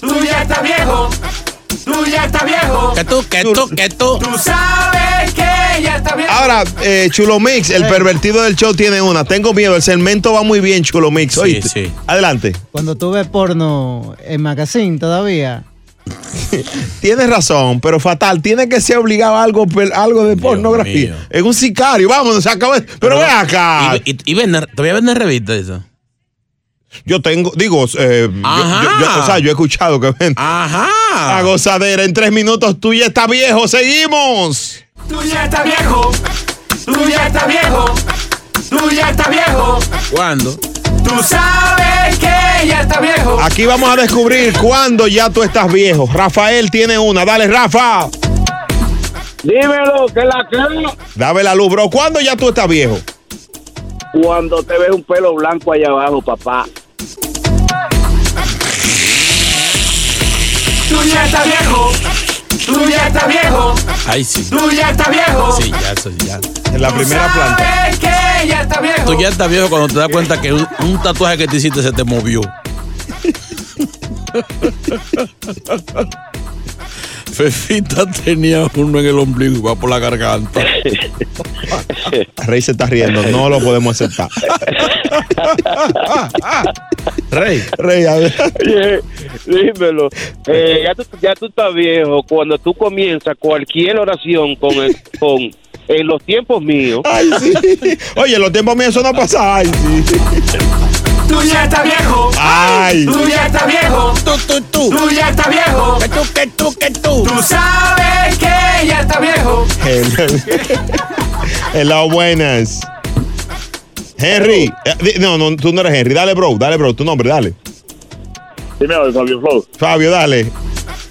Tú ya está viejo. Tú ya está viejo. que tú, que tú, que tú. Tú sabes que ya está viejo. Ahora, eh, Chulo Mix, el pervertido del show tiene una. Tengo miedo, el segmento va muy bien, Chulo Mix. oíste. Adelante. Cuando tú ves porno en magazine todavía. Tienes razón, pero fatal. Tiene que ser obligado a algo, per- algo de pornografía. Es un sicario. Vámonos, se acabó. Pero, ve acá. Y, y, y vender- te voy a vender revistas eso. Yo tengo, digo, eh, yo- Ajá. yo- yo- o sea, yo he escuchado que ven. Ajá. La gozadera, en tres minutos tú ya estás viejo. Seguimos. Tú ya está viejo. Tú ya está viejo. Tú ya está viejo. ¿Cuándo? Tú sabes que ya está viejo. Ah. Aquí vamos a descubrir cuándo ya tú estás viejo. Rafael tiene una. Dale, Rafa. Dímelo, que la cara. Dame la luz, bro. ¿Cuándo ya tú estás viejo? Cuando te ves un pelo blanco allá abajo, papá. Tú ya está viejo. Tú ya está viejo. Ay, sí. Tú ya está viejo. Sí, ya, eso ya. En la primera planta. Sabes que ya está viejo. Tú ya estás viejo cuando te das cuenta que un, un tatuaje que te hiciste se te movió. Fefita tenía uno en el ombligo y va por la garganta. Rey se está riendo. No lo podemos aceptar. Rey. Rey, a ver. Oye, dímelo. Eh, ya, tú, ya tú estás viejo. Cuando tú comienzas cualquier oración con, el- con en los tiempos míos. Ay, sí. Oye, en los tiempos míos eso no pasa. Ay, sí. Tú ya está viejo. Ay. Tú ya está viejo. Tú, tú, tú. Tú ya está viejo. Que tú, que tú, que tú. Tú sabes que ya está viejo. Hello, buenas. Henry. Eh, di- No, no, tú no eres Henry. Dale, bro. Dale, bro. Tu nombre, dale. Dime, Fabio Flow. Fabio, dale.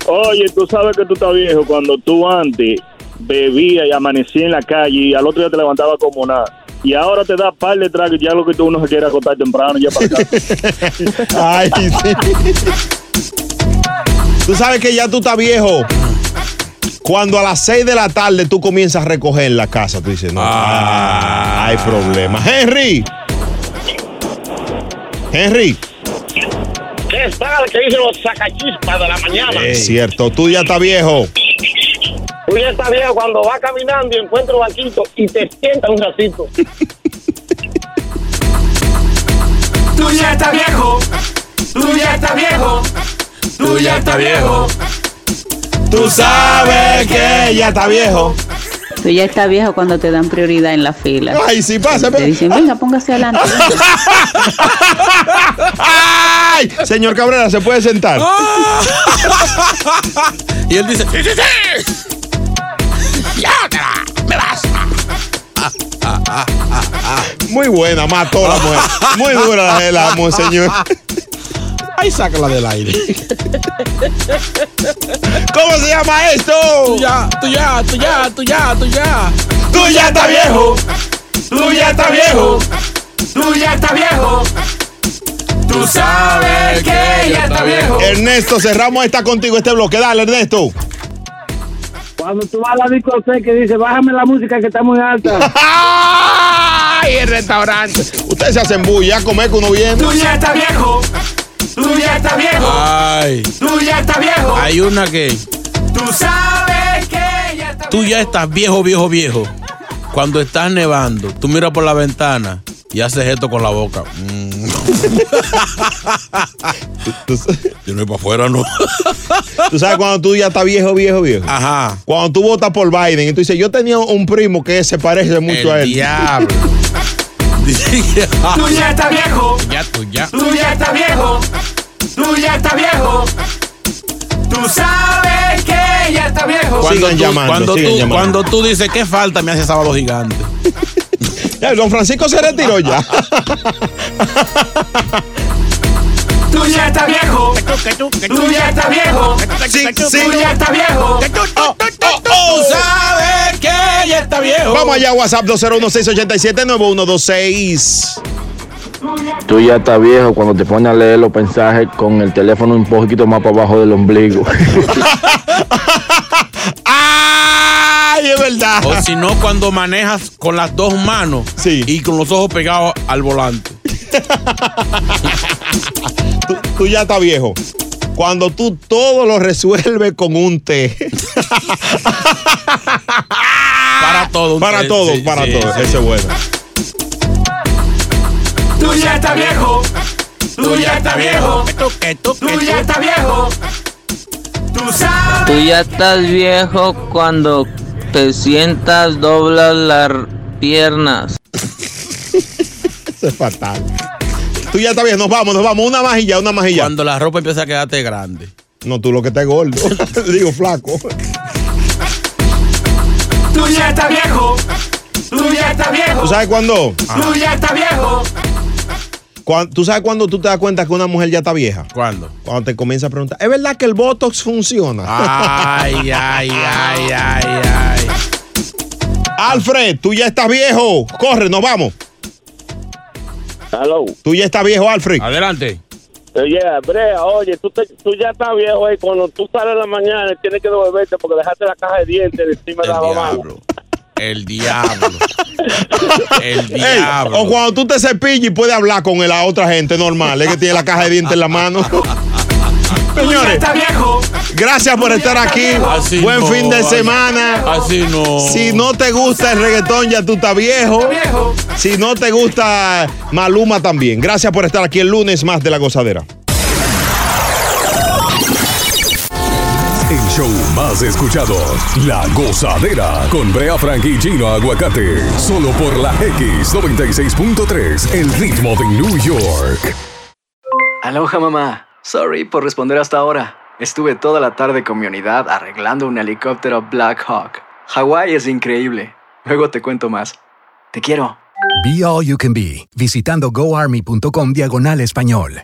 Oye, tú sabes que tú estás viejo cuando tú antes bebías y amanecías en la calle y al otro día te levantabas como nada. Y ahora te da par de trago y ya lo que tú no se quiere acostar temprano, ya para acá. Ay, sí. Tú sabes que ya tú estás viejo. Cuando a las 6 de la tarde tú comienzas a recoger en la casa, tú dices, no, ah, hay problema. Henry. Henry, ¿Qué es para que dicen los sacachispas de la mañana? es cierto, tú ya estás viejo. Tú ya estás viejo cuando vas caminando y encuentras un banquito y te sientas un ratito. Tú ya está viejo. Tú ya está viejo. Tú ya está viejo. Tú sabes que ya está viejo. Tú ya estás viejo cuando te dan prioridad en la fila. Ay, sí, pasa, Te dicen, venga, póngase adelante. ¡Ay! Señor Cabrera, ¿se puede sentar? Ah. y él dice, ¡Sí, sí, sí! ¡Ya te la- ¡Me vas! Ah, Muy buena, mató la mujer. Muy dura la- la mujer, señor. Ay, sácala del aire. ¿Cómo se llama esto? Tú ya, tú ya, tú ya, tú ya, tú ya. Tú ya está viejo. Tú ya está viejo. Tú ya está viejo. Tú sabes que ya está viejo. Ernesto, cerramos esta contigo este bloque. Dale, Ernesto. Cuando tú vas a la discoteca que dice, bájame la música que está muy alta. ¡Ay, el restaurante! Ustedes se hacen bulla, a comer que uno viene. Tú ya está viejo. Tú ya está viejo. Ay. Tú ya está viejo. Hay una que Tú sabes que ya está Tú ya estás viejo, viejo, viejo. Cuando estás nevando, tú miras por la ventana y haces esto con la boca. Mm. Yo no voy para afuera, no. Tú sabes cuando tú ya estás viejo, viejo, viejo. Ajá. Cuando tú votas por Biden y tú dices, yo tenía un primo que se parece mucho El a él. diablo. Tú ya estás viejo. Ya tú, ya. Tú ya estás viejo. Tú ya estás viejo. Tú sabes que ya está viejo. Cuando Sigan tú- llamando, cuando sigan tú, llamando. Cuando tú dices, ¿qué falta? Me hace sábado gigante. Ya, Don Francisco se retiró ya. Tú ya estás viejo. Tú ya estás viejo. Tú ya estás viejo. Oh, Tú sabes que ya está viejo. Vamos allá, WhatsApp 201-687-9126. Tú ya estás viejo cuando te pones a leer los mensajes con el teléfono un poquito más para abajo del ombligo. Ay, es verdad. O si no, cuando manejas con las dos manos y con los ojos pegados al volante. Tú, tú ya estás viejo. Cuando tú todo lo resuelves con un té. Para todo. un Ah, Para té, todo, sí, para sí, todo. sí. Ese es bueno. Tú ya estás viejo. Tú ya estás viejo. Tú ya estás viejo. Tú sabes. Tú ya estás viejo cuando te sientas doblas las piernas. Eso es fatal. Tú ya estás viejo. Nos vamos, nos vamos. Una majilla, una majilla. Cuando la ropa empieza a quedarte grande. No, tú lo que estás gordo. Digo, flaco. Tú ya estás viejo. Tú ya estás viejo. ¿Tú sabes cuándo? Tú ya estás viejo. Cuan- ¿Tú sabes cuándo tú te das cuenta que una mujer ya está vieja? ¿Cuándo? Cuando te comienza a preguntar, ¿es verdad que el Botox funciona? Ay, ay, ay, ay, ay. Alfred, tú ya estás viejo. Corre, nos vamos. Hello. Tú ya estás viejo, Alfred. Adelante. Oye, Brea, oye, tú, te- tú ya estás viejo ahí. Cuando tú sales en la mañana, tienes que devolverte porque dejaste la caja de dientes encima de la mamá. El diablo. El diablo. o cuando tú te cepillas y puedes hablar con la otra gente normal, es que tiene la caja de dientes en la mano. Señores, gracias por estar aquí. Así Buen no, fin de así- semana. Así no. Si no te gusta el reggaetón, ya tú estás viejo. Si no te gusta Maluma también. Gracias por estar aquí el lunes más de la gozadera. El show más escuchado, La Gozadera, con Brea Frank y Gino Aguacate, solo por la X96.3, el ritmo de New York. Aloha mamá. Sorry por responder hasta ahora. Estuve toda la tarde con mi unidad arreglando un helicóptero Black Hawk. Hawái es increíble. Luego te cuento más. Te quiero. Be All You Can Be, visitando goarmy.com diagonal español.